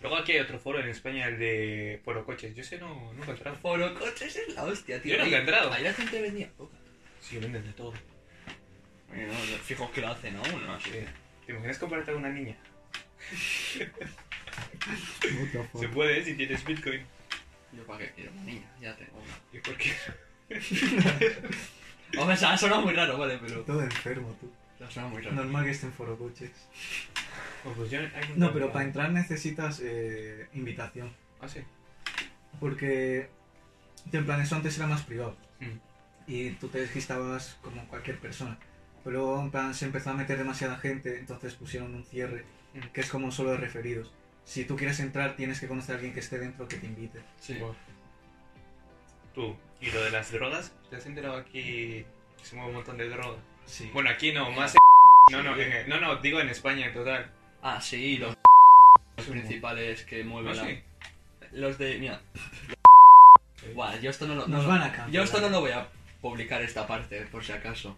S2: Luego aquí hay otro foro en España, el de Foro Coches. Yo sé, no, nunca he entrado.
S1: Foro coches es la hostia, tío.
S2: Yo nunca he
S1: Ahí-
S2: entrado.
S1: Ahí la gente vendía poca.
S2: Sí, venden de todo.
S1: Bueno, fijos que lo hacen aún, ¿no?
S2: Sí. ¿Te imaginas comprarte a una niña?
S3: What the
S2: Se
S3: fuck.
S2: puede si tienes Bitcoin.
S1: Yo para qué quiero una niña, ya tengo una.
S2: ¿Y por qué?
S1: Hombre, se ha sonado muy raro, vale, pero.
S3: Todo enfermo, tú.
S1: Se ha sonado muy raro.
S3: Normal que estén forocoches.
S2: Oh, pues yo- hay un-
S3: No, pero para entrar necesitas eh, invitación.
S2: Ah, sí.
S3: Porque, en plan, eso antes era más privado.
S2: Mm.
S3: Y tú te desquistabas como cualquier persona. Pero luego, en plan, se empezó a meter demasiada gente, entonces pusieron un cierre,
S2: Mm.
S3: que es como solo de referidos. Si tú quieres entrar, tienes que conocer a alguien que esté dentro que te invite.
S1: Sí.
S2: Buah. Tú, ¿y lo de las drogas? ¿Te has enterado aquí que se mueve un montón de droga?
S3: Sí.
S2: Bueno, aquí no, más
S1: Sí.
S2: en... No, no, en- no, no, digo en España en total.
S1: Ah, sí, los. Los principales que
S2: No
S1: mueven la.
S2: sé.
S1: Los de. Mira. Buah, yo esto no lo.
S3: Nos
S1: no-
S3: van a ¿eh? cancelar.
S1: Yo esto no lo voy a publicar esta parte, por si acaso.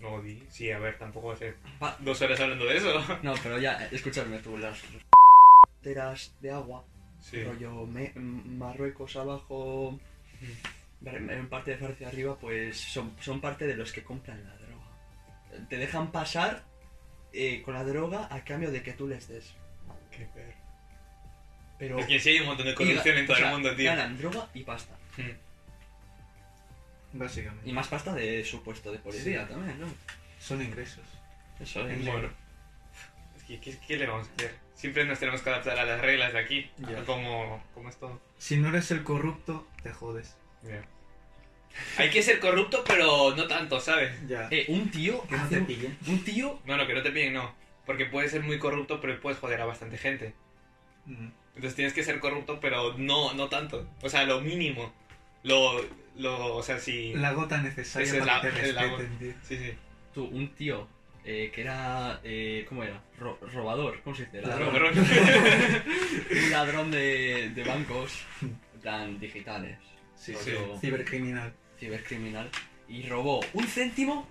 S2: No, di. Sí, a ver, tampoco va a ser
S1: Pa-
S2: dos horas hablando de eso.
S1: No, pero ya, escuchadme tú, las. Teras de agua,
S2: Sí.
S1: rollo Me- Marruecos abajo.
S2: Mm.
S1: en parte de Francia arriba, pues son, son parte de los que compran la droga. Te dejan pasar eh, con la droga a cambio de que tú les des.
S2: Qué perro.
S1: Pero
S2: Aquí sí hay un montón de corrupción
S1: y-
S2: en todo
S1: o sea,
S2: el mundo, tío.
S1: Ganan droga y pasta.
S2: Mm.
S1: Y
S3: Básicamente.
S1: más pasta de su puesto de policía
S3: Sí.
S1: también, ¿no?
S3: Son ingresos.
S1: Eso es.
S2: Bueno. Es que, ¿qué, qué le vamos a hacer? Siempre nos tenemos que adaptar a las reglas de aquí.
S3: Ya.
S2: A cómo, cómo es todo.
S3: Si no eres el corrupto, te jodes.
S2: Hay que ser corrupto, pero no tanto, ¿sabes?
S3: Ya.
S1: Eh, un tío.
S3: que no
S1: hace
S3: te
S1: un-
S3: pillen.
S1: Un tío.
S2: No, no, que no te piden, no. Porque puedes ser muy corrupto, pero puedes joder a bastante gente.
S3: Mm.
S2: Entonces tienes que ser corrupto, pero no, no tanto. O sea, lo mínimo. Lo, lo, o sea, si...
S3: La gota necesaria
S2: Esa es
S3: para
S2: la-
S3: que te
S2: es la gota.
S3: respeten, tío.
S2: Sí, sí.
S1: Tú, un tío eh, que era. eh, ¿Cómo era? Ro- robador. ¿Cómo se dice?
S3: Ladrón.
S1: Ladrón. un ladrón de, de bancos. en plan digitales.
S3: Sí,
S2: sí.
S1: rollo
S3: Cibercriminal.
S1: Cibercriminal. Y robó un céntimo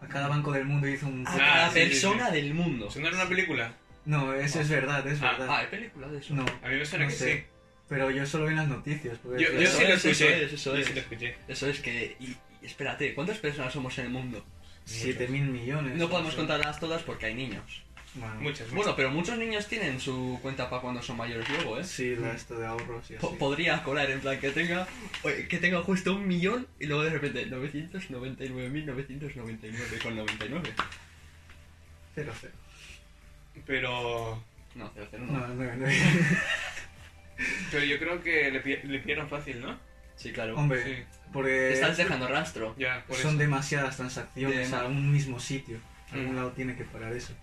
S3: A cada banco del mundo hizo un.
S1: a
S2: Ah,
S1: cada
S2: sí, sí,
S1: persona del mundo.
S2: ¿Eso no era una película?
S3: No, eso es verdad, es
S2: Ah,
S3: verdad.
S1: Ah, hay películas de eso.
S3: no,
S2: A mí me suena
S3: No
S2: que
S3: sé.
S2: sí.
S3: pero yo solo vi en las noticias. porque-
S2: Yo, yo
S1: Eso
S2: sí lo
S1: es, eso
S2: escuché.
S1: es, eso
S2: yo
S1: es.
S2: sí lo escuché.
S1: Eso es que. Y, y espérate, ¿cuántas personas somos en el mundo?
S3: 7 mil millones.
S1: No podemos
S3: Sí.
S1: contarlas todas porque hay niños.
S3: Bueno,
S2: Muchas, muchas.
S1: Bueno, pero muchos niños tienen su cuenta para cuando son mayores luego, ¿eh?
S3: Sí, la esto de ahorros y así.
S1: Po- podría colar en plan que tenga oye, que tenga justo un millón y luego de repente 999.999 con 99.
S3: Cero, cero.
S2: Pero...
S1: No, 0,
S3: No, no, no.
S2: Pero yo creo que le, pi- le pillaron fácil, ¿no?
S1: Sí, claro.
S3: Hombre,
S2: Sí.
S1: Te
S3: porque
S1: estás dejando rastro.
S2: Ya, por
S3: Pues, son
S2: eso.
S3: demasiadas transacciones
S1: De-
S3: a un mismo sitio.
S2: Mm.
S3: Algún lado tiene que parar eso.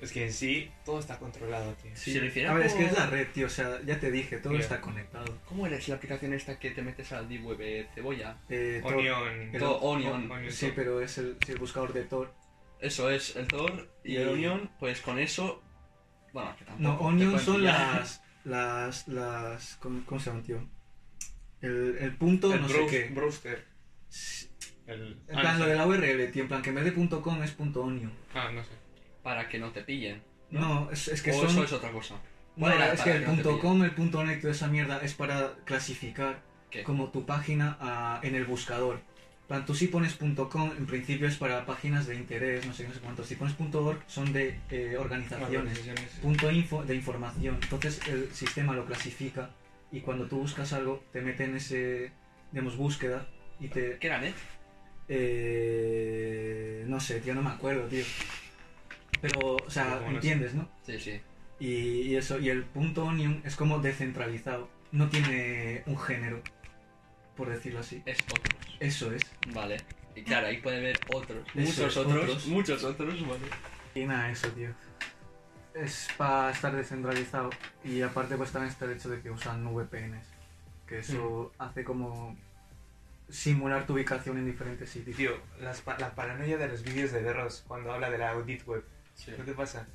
S2: Es que en sí todo está controlado, tío.
S1: Si lo hiciera
S3: a ver, es
S1: por-
S3: que es la red, tío. O sea, ya te dije, todo
S2: Ya.
S3: está conectado.
S1: ¿Cómo eres la aplicación esta que te metes al D-Web eh, cebolla?
S3: Eh, Tor-
S2: Onion.
S3: El-
S1: To- Onion.
S2: Onion
S3: Sí,
S2: Store.
S3: pero es el, sí, el buscador de Tor.
S1: Eso es, el Tor y el
S3: Y-
S1: Onion, pues con eso... Bueno, que tampoco...
S3: No,
S1: te
S3: Onion
S1: pueden
S3: son
S1: pillar.
S3: las. las. las. ¿Cómo, cómo se llama, tío? El, el punto,
S2: El
S3: no
S2: Brous-
S3: sé qué.
S2: Brewster.
S3: Sí,
S2: El...
S3: En
S2: ah,
S3: plan, lo
S2: no sé.
S3: de la URL, tío. En plan, que en vez de punto .com es punto .onion.
S2: Ah, no sé.
S1: Para que no te pillen.
S3: No, es, es que
S1: o
S3: son.
S1: eso es otra cosa.
S3: No,
S1: ¿Cuál era
S3: es
S1: para
S3: que
S1: que
S3: el
S1: no te
S3: punto
S1: pillen?
S3: .com, el punto .net, toda esa mierda es para clasificar
S1: ¿Qué?
S3: como tu página a- en el buscador. En plan, tú si pones punto .com, en principio es para páginas de interés, no sé, no sé cuántos. Si pones punto .org, son de eh, organizaciones.
S2: Organizaciones.
S3: Punto .info, de información. Entonces el sistema lo clasifica y cuando tú buscas algo, te mete en ese, digamos, búsqueda y te...
S1: ¿Qué era net?
S3: eh, no sé, tío, no me acuerdo, tío. Pero, o
S2: Pero
S3: sea,
S2: bueno, sí.
S3: entiendes, ¿no?
S1: Sí, sí.
S3: Y, y eso, y el punto onion es como descentralizado. No tiene un género, por decirlo así.
S1: Es otros.
S3: Eso es.
S1: Vale. Y claro, ahí puede ver otros.
S3: Eso
S1: Muchos
S3: es,
S1: otros,
S3: otros.
S1: Muchos otros, vale.
S3: Y nada, eso, tío. Es para estar descentralizado. Y aparte pues también está el hecho de que usan VPNs. Que eso
S1: Mm.
S3: hace como simular tu ubicación en diferentes sitios.
S2: Tío, las pa- la paranoia de los vídeos de Berros cuando habla de la audit web. ¿No te pasa?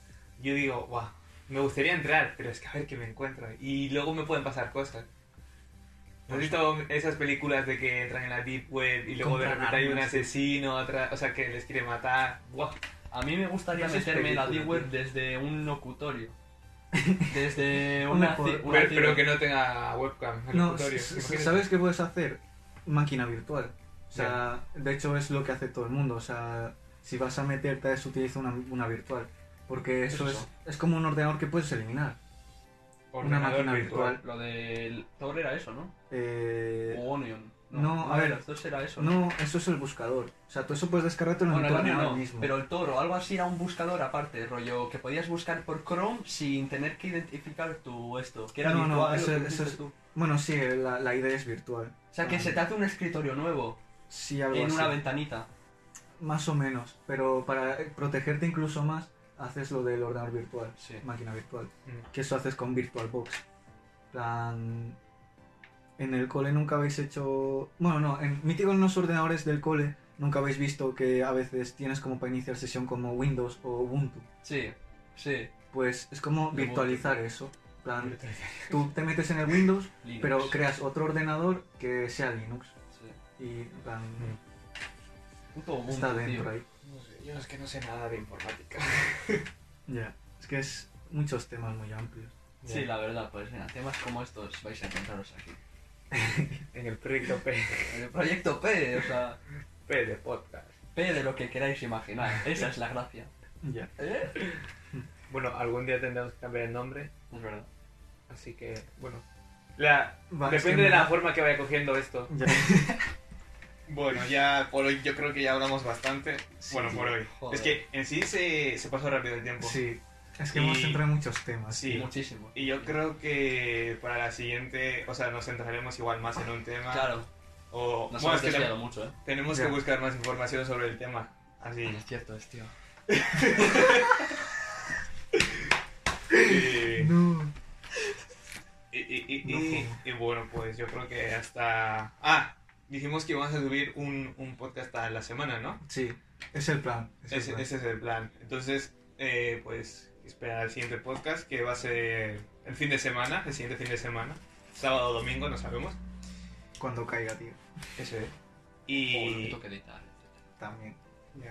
S2: Yo digo, guau, me gustaría entrar, pero es que a ver qué me encuentro. Y luego me pueden pasar cosas.
S3: Pues
S2: ¿No ¿Has visto esas películas de que entran en la deep web y luego de
S3: Compran
S2: repente hay un
S3: armas, sí.
S2: asesino, otra, o sea, que les quiere matar? Guau.
S1: A mí me gustaría
S3: Eso es
S1: meterme en la
S3: película,
S1: D-Web
S3: tío.
S1: desde un locutorio. Desde
S3: Una
S1: una, ci-
S3: por-
S1: una
S2: Pero,
S1: ci-
S2: pero que no tenga webcam. en
S3: No,
S2: el escritorio,
S3: s- s-
S2: imagínate.
S3: ¿sabes qué puedes hacer? Máquina virtual. O sea, de hecho es lo que hace todo el mundo. O sea, si vas a meterte a eso, utiliza una, una virtual. Porque eso,
S1: Eso.
S3: Es, es como un ordenador que puedes eliminar.
S2: Ordenador
S3: máquina virtual.
S1: Lo del Tor era eso, ¿no?
S3: Eh,
S1: O Onion.
S3: no, a ver.
S1: Los dos era eso.
S3: no, eso es el buscador. O sea, tú eso puedes descargarte en
S1: Bueno,
S3: tu
S1: el Onion
S3: ordenador
S1: no,
S3: mismo.
S1: pero el Tor o algo así era un buscador aparte, rollo, que podías buscar por Chrome sin tener que identificar tu esto, que era
S3: No, no,
S1: virtual, lo
S3: eso
S1: que
S3: es-
S1: pusiste
S3: eso es-
S1: tú.
S3: Bueno, sí, la, la idea es virtual.
S1: O sea, que se te hace un escritorio nuevo
S3: Sí, algo
S1: en
S3: así.
S1: una ventanita.
S3: Más o menos. Pero para eh, protegerte incluso más, haces lo del ordenador virtual.
S1: Sí.
S3: Máquina virtual.
S2: Mm.
S3: que eso haces con VirtualBox. plan, en el cole nunca habéis hecho... Bueno, no, en míticos en los ordenadores del cole nunca habéis visto que a veces tienes como para iniciar sesión como Windows o Ubuntu.
S1: Sí, sí.
S3: Pues es como
S1: Ubuntu.
S3: virtualizar eso. plan, tú te metes en el Windows,
S1: Linux.
S3: pero creas otro ordenador que sea Linux.
S1: Sí.
S3: Y en plan,
S1: Puto Ubuntu,
S3: está
S1: tío.
S3: dentro ahí.
S2: No sé, yo es que no sé nada de informática.
S3: Ya, es que es muchos temas muy amplios.
S1: Sí, la verdad, pues mira, temas como estos vais a encontraros aquí.
S2: en el proyecto P,
S1: El proyecto P, o sea,
S2: P de podcast.
S1: P de lo que queráis imaginar. Esa es la gracia.
S3: Ya.
S1: ¿Eh?
S2: Bueno, algún día tendremos que cambiar el nombre,
S1: Es verdad.
S2: así que, bueno. La,
S3: Va, es que
S2: depende de la
S3: me-
S2: forma que vaya cogiendo esto.
S3: Ya.
S2: Bueno, ya por hoy yo creo que ya hablamos bastante.
S3: Sí.
S2: bueno, por hoy.
S1: Joder.
S2: Es que en sí se, se pasó rápido el tiempo.
S3: Sí. Es que
S2: Y-
S3: hemos entrado en muchos temas.
S2: Sí.
S1: Muchísimo.
S2: Y yo creo que para la siguiente, o sea, nos centraremos igual más en un tema.
S1: Claro,
S2: O,
S1: nos
S2: bueno,
S1: hemos
S2: es que te-
S1: desviado mucho, ¿eh?
S2: tenemos
S3: Ya.
S2: que buscar más información sobre el tema. Así.
S1: Es cierto, es tío.
S2: que-
S3: No.
S2: Y, y- y-
S3: No
S2: y-
S3: jodas.
S2: y bueno, pues yo creo que hasta... Ah, dijimos que vamos a subir un, un podcast a la semana, ¿no?
S3: Sí. Es el plan. es el
S2: Ese,
S3: plan.
S2: ese es el plan. Entonces, eh, pues esperar el siguiente podcast que va a ser el fin de semana, el siguiente fin de semana. Sábado o domingo, no sabemos.
S3: Cuando caiga, tío.
S2: Eso es.
S1: Oh, lo que
S2: Y...
S1: toque editar.
S3: eh. También.
S2: ya.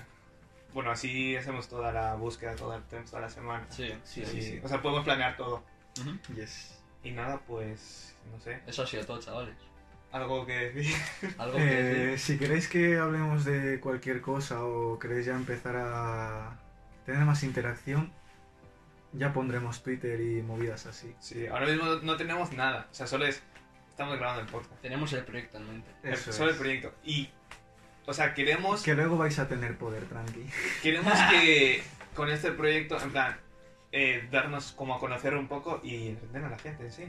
S2: Bueno, así hacemos toda la búsqueda, toda, tenemos toda la semana.
S1: Sí, sí,
S2: Y-
S1: sí.
S2: O sea, podemos planear todo.
S1: Ujú.
S3: Yes.
S2: Y nada, pues, no sé,
S1: Eso ha sido todo, chavales.
S2: algo que decir.
S1: Algo que
S3: Eh,
S1: decir.
S3: si queréis que hablemos de cualquier cosa o queréis ya empezar a tener más interacción, ya pondremos Twitter y movidas así.
S2: Sí, ahora mismo no tenemos nada. O sea, solo es. Estamos grabando el podcast.
S1: Tenemos el proyecto en mente.
S2: El-
S3: Eso
S2: solo
S3: es.
S2: el proyecto. Y. O sea, queremos.
S3: Que luego vais a tener poder, tranqui.
S2: Queremos que con este proyecto, en plan, eh, darnos como a conocer un poco y entender a la gente, sí.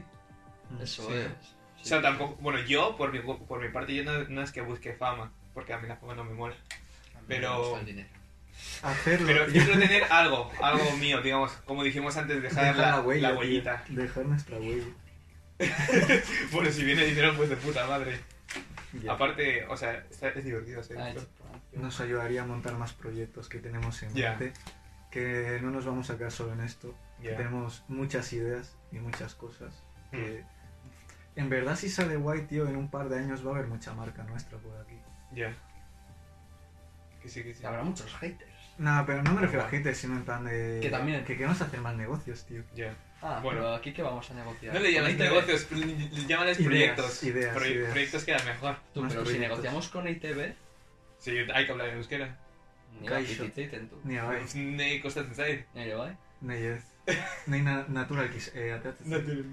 S1: Eso
S3: Sí.
S1: es.
S2: O
S1: Sí.
S2: sea, tampoco. Bueno, yo, por mi, por mi parte, yo no, no es que busque fama, porque a mí la fama no me mola. pero-
S1: Me gusta el dinero.
S3: Hacerlo.
S2: Pero
S3: tío.
S2: yo quiero tener algo, algo mío, digamos, como dijimos antes, dejar, la, la
S3: tío.
S2: huellita.
S3: Dejar nuestra huella.
S2: Bueno, si viene dinero, pues de puta madre.
S3: Ya.
S2: Aparte, o sea, está- es divertido hacer
S1: Ah,
S2: esto.
S1: es-
S3: Nos ayudaría a montar más proyectos que tenemos en
S2: Ya.
S3: mente. Que no nos vamos a quedar solo en esto. que
S2: Ya.
S3: Tenemos muchas ideas y muchas cosas. que en verdad, si sale guay, tío, en un par de años va a haber mucha marca nuestra por aquí.
S2: Ya. Que sí, que sí.
S1: Habrá muchos haters.
S3: Nada, pero no me
S2: Pero
S3: refiero a
S2: bueno.
S3: gente, sino en plan de.
S1: Que también.
S3: Que queremos hacer más negocios, tío.
S2: Ya.
S1: Ah,
S2: Bueno.
S1: pero aquí que vamos a negociar.
S2: No le llames
S1: Con ITV.
S2: negocios, le- llámales
S3: Ideas,
S2: proyectos.
S3: ideas,
S2: Proye-
S3: ideas.
S2: Proyectos queda mejor.
S1: Tú,
S3: Más
S1: pero si
S3: proyectos.
S1: negociamos con ITV,
S2: Sí, hay que hablar en euskera.
S1: ni va a
S3: Kaixo.
S1: pitit tú.
S3: Ni a ver.
S2: Ne costas inside.
S1: Ni le va, ¿eh?
S3: Neyez. Ney na- Natural Kiss. Eh, atate-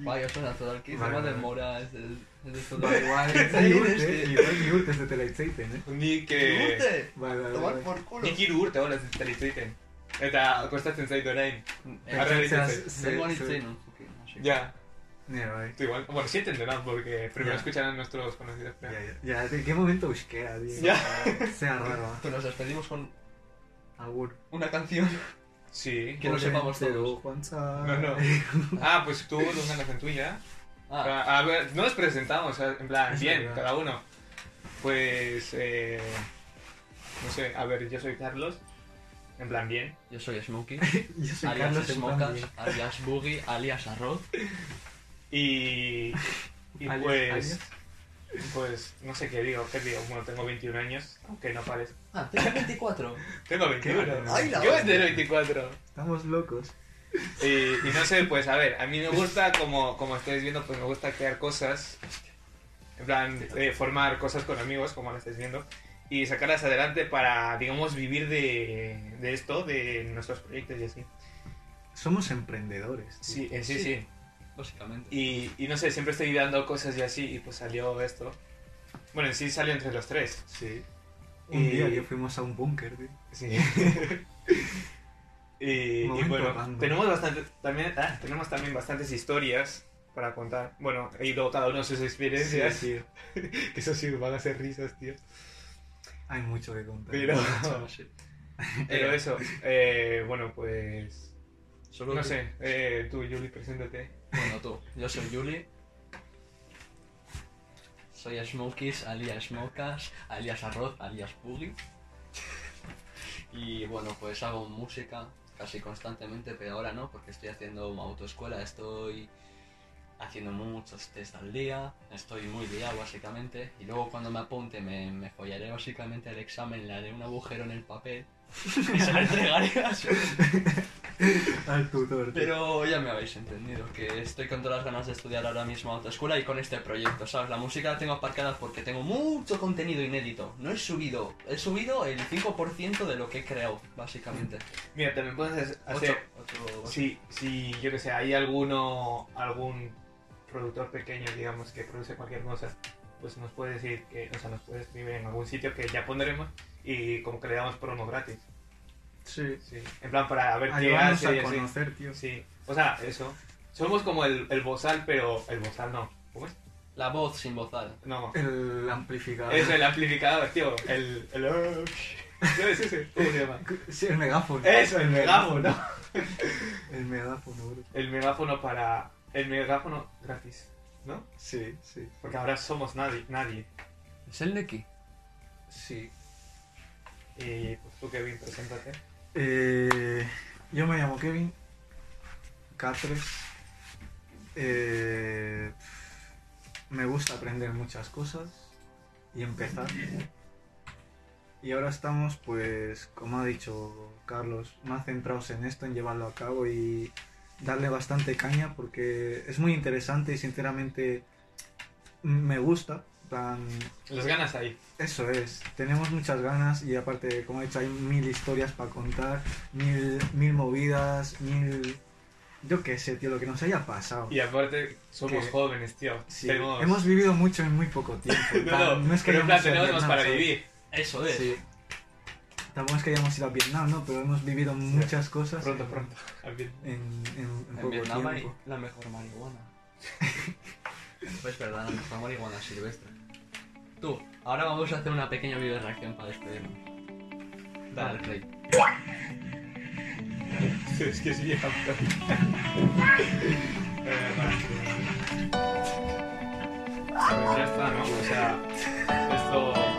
S1: Vaya, suena todo el que
S3: Vale,
S1: de
S3: vale.
S1: Mora, es de es de todo.
S3: Va, igual. Ni urte, igual ni urte es de Teleitzeiten, eh.
S2: Ni que...
S1: Urte,
S3: Vale, vale.
S1: Tomar
S3: vale.
S1: por culo.
S2: Ni kiru urte hola zitaritzen. Eta kostas inside orain.
S1: Eh,
S2: Arre-
S3: Pentsatzea
S2: se-
S1: Zer guan
S3: ze-
S1: hitzein,
S3: ze-
S1: okay, hasi.
S2: Ya,
S3: Ni a ver.
S2: tú igual. Bueno, sí entenderán porque primero
S3: Ya.
S2: escucharán nuestros conocidos. pero-
S3: Ya, ya, ya, ¿de qué momento euskera, tío?
S2: Ya.
S3: Sea raro.
S1: Pues nos despedimos con
S3: Agur.
S1: una canción.
S2: Sí.
S1: Que lo sepamos todos.
S3: Juanza.
S2: No, no. Ah, pues tú dos ganas en tuya.
S1: Ah,
S2: A a ver, no nos presentamos, o sea, en plan,
S3: Es
S2: bien,
S3: verdad.
S2: cada uno. Pues, eh, no sé, a ver, yo soy Carlos, en plan, bien.
S1: yo soy Smokey,
S3: Yo soy
S1: alias
S3: Carlos
S1: Smocas,
S3: Esmoca.
S1: alias Boogie, alias Arroz.
S2: Y, y
S3: Alias,
S2: pues,
S3: alias.
S2: pues, no sé qué digo, qué digo, bueno, tengo 21 años, aunque no parezca.
S1: Ah, tengo 24.
S2: Tengo 21.
S3: bueno.
S1: Ay, la
S2: yo voy a
S1: hostia.
S2: tener 24.
S3: Estamos locos.
S2: Y, y no sé, pues, a ver, a mí me gusta, como, como estáis viendo, pues me gusta crear cosas. En plan, eh, formar cosas con amigos, como lo estáis viendo, y sacarlas adelante para, digamos, vivir de, de esto, de nuestros proyectos y así.
S3: Somos emprendedores. tío.
S2: Sí, eh, sí,
S1: Sí.
S2: sí.
S1: Básicamente.
S2: Y, y no sé, siempre estoy dando cosas y así, y pues salió esto. Bueno, en sí salió entre los tres.
S3: Sí. Un
S2: Y-
S3: día que fuimos a un búnker, tío.
S2: Sí. y, y
S3: Momento
S2: bueno,
S3: random.
S2: tenemos, bastante, también, ah, tenemos también bastantes historias para contar. Bueno, y luego cada uno sus experiencias.
S3: Sí, tío.
S2: Que eso sí, van a ser risas, tío.
S3: Hay mucho que contar.
S2: Pero,
S1: Sí.
S2: pero eso, eh, bueno, pues...
S1: Solo
S2: No
S1: que-
S2: sé, eh, tú, Juli, preséntate.
S1: Bueno, tú. Yo soy Yuli. Soy Smokies, alias Smocas, alias Arroz, alias Boogie. Y bueno, pues hago música casi constantemente, pero ahora no, porque estoy haciendo autoescuela, estoy haciendo muchos test al día, estoy muy liado básicamente, y luego cuando me apunte me, me follaré básicamente el examen, le haré un agujero en el papel y se lo entregaré a su...
S3: al tutor. tío.
S1: Pero ya me habéis entendido, que estoy con todas las ganas de estudiar ahora mismo autoescuela y con este proyecto, ¿sabes? La música la tengo aparcada porque tengo mucho contenido inédito. No he subido, he subido el 5% de lo que he creado, básicamente.
S2: Mira, también puedes
S1: Ocho,
S2: hacer.
S1: ocho-
S2: Si, si, yo que sé, hay alguno, algún productor pequeño, digamos, que produce cualquier cosa, pues nos puede decir que, o sea, nos puede escribir en algún sitio que ya pondremos y como que le damos promo gratis.
S3: Sí.
S2: Sí. En plan, para ver qué
S3: Ayúdanos
S2: hace y
S3: a
S2: así.
S3: conocer, tío.
S2: Sí. O sea, eso. Somos como el, el bozal, pero el bozal no. ¿Cómo es?
S1: La voz sin vozal.
S2: No.
S3: El amplificador.
S2: Es el amplificador, tío. El. el... ¿Sabes ese? ¿Cómo se llama?
S3: Sí, el megáfono.
S2: Eso, el megáfono.
S3: El megáfono, bro.
S2: El megáfono para. El megáfono gratis, ¿no?
S3: Sí, sí.
S2: Porque ahora somos nadie. nadie.
S1: ¿Es el Neki?
S3: Sí.
S2: Y pues tú, Kevin, preséntate.
S3: Eh, yo me llamo Kevin. Catres. Eh, me gusta aprender muchas cosas y empezar. Y ahora estamos, pues, como ha dicho Carlos, más centrados en esto, en llevarlo a cabo y darle bastante caña porque es muy interesante y sinceramente me gusta. en plan,
S2: Las ganas ahí.
S3: Eso es, tenemos muchas ganas y aparte, como he dicho, hay mil historias para contar, mil, mil movidas, mil... Yo qué sé, tío, lo que nos haya pasado.
S2: Y aparte, somos
S3: Que-
S2: jóvenes, tío.
S3: Sí,
S2: Tenemos.
S3: Hemos vivido mucho en muy poco tiempo.
S2: No, no,
S3: Tan-
S2: pero en plan,
S3: hayamos ido a
S2: tenemos más
S3: Vietnam,
S2: para
S3: ¿sabes?
S2: vivir. pues.
S1: Eso es.
S3: Sí. Tampoco es que hayamos ido a Vietnam, ¿no? Pero hemos vivido muchas cosas
S2: Pronto,
S3: en-
S2: pronto. Al fin.
S3: en, en, en
S1: En
S3: poco
S1: Vietnam hay
S3: tiempo.
S1: la mejor marihuana. pues verdad, la mejor marihuana silvestre. Tú, ahora vamos a hacer una pequeña video reacción para despedirnos. Dale al play.
S2: Es que sí, vieja. Eh, va. Pues ya está, ¿no? O sea, esto.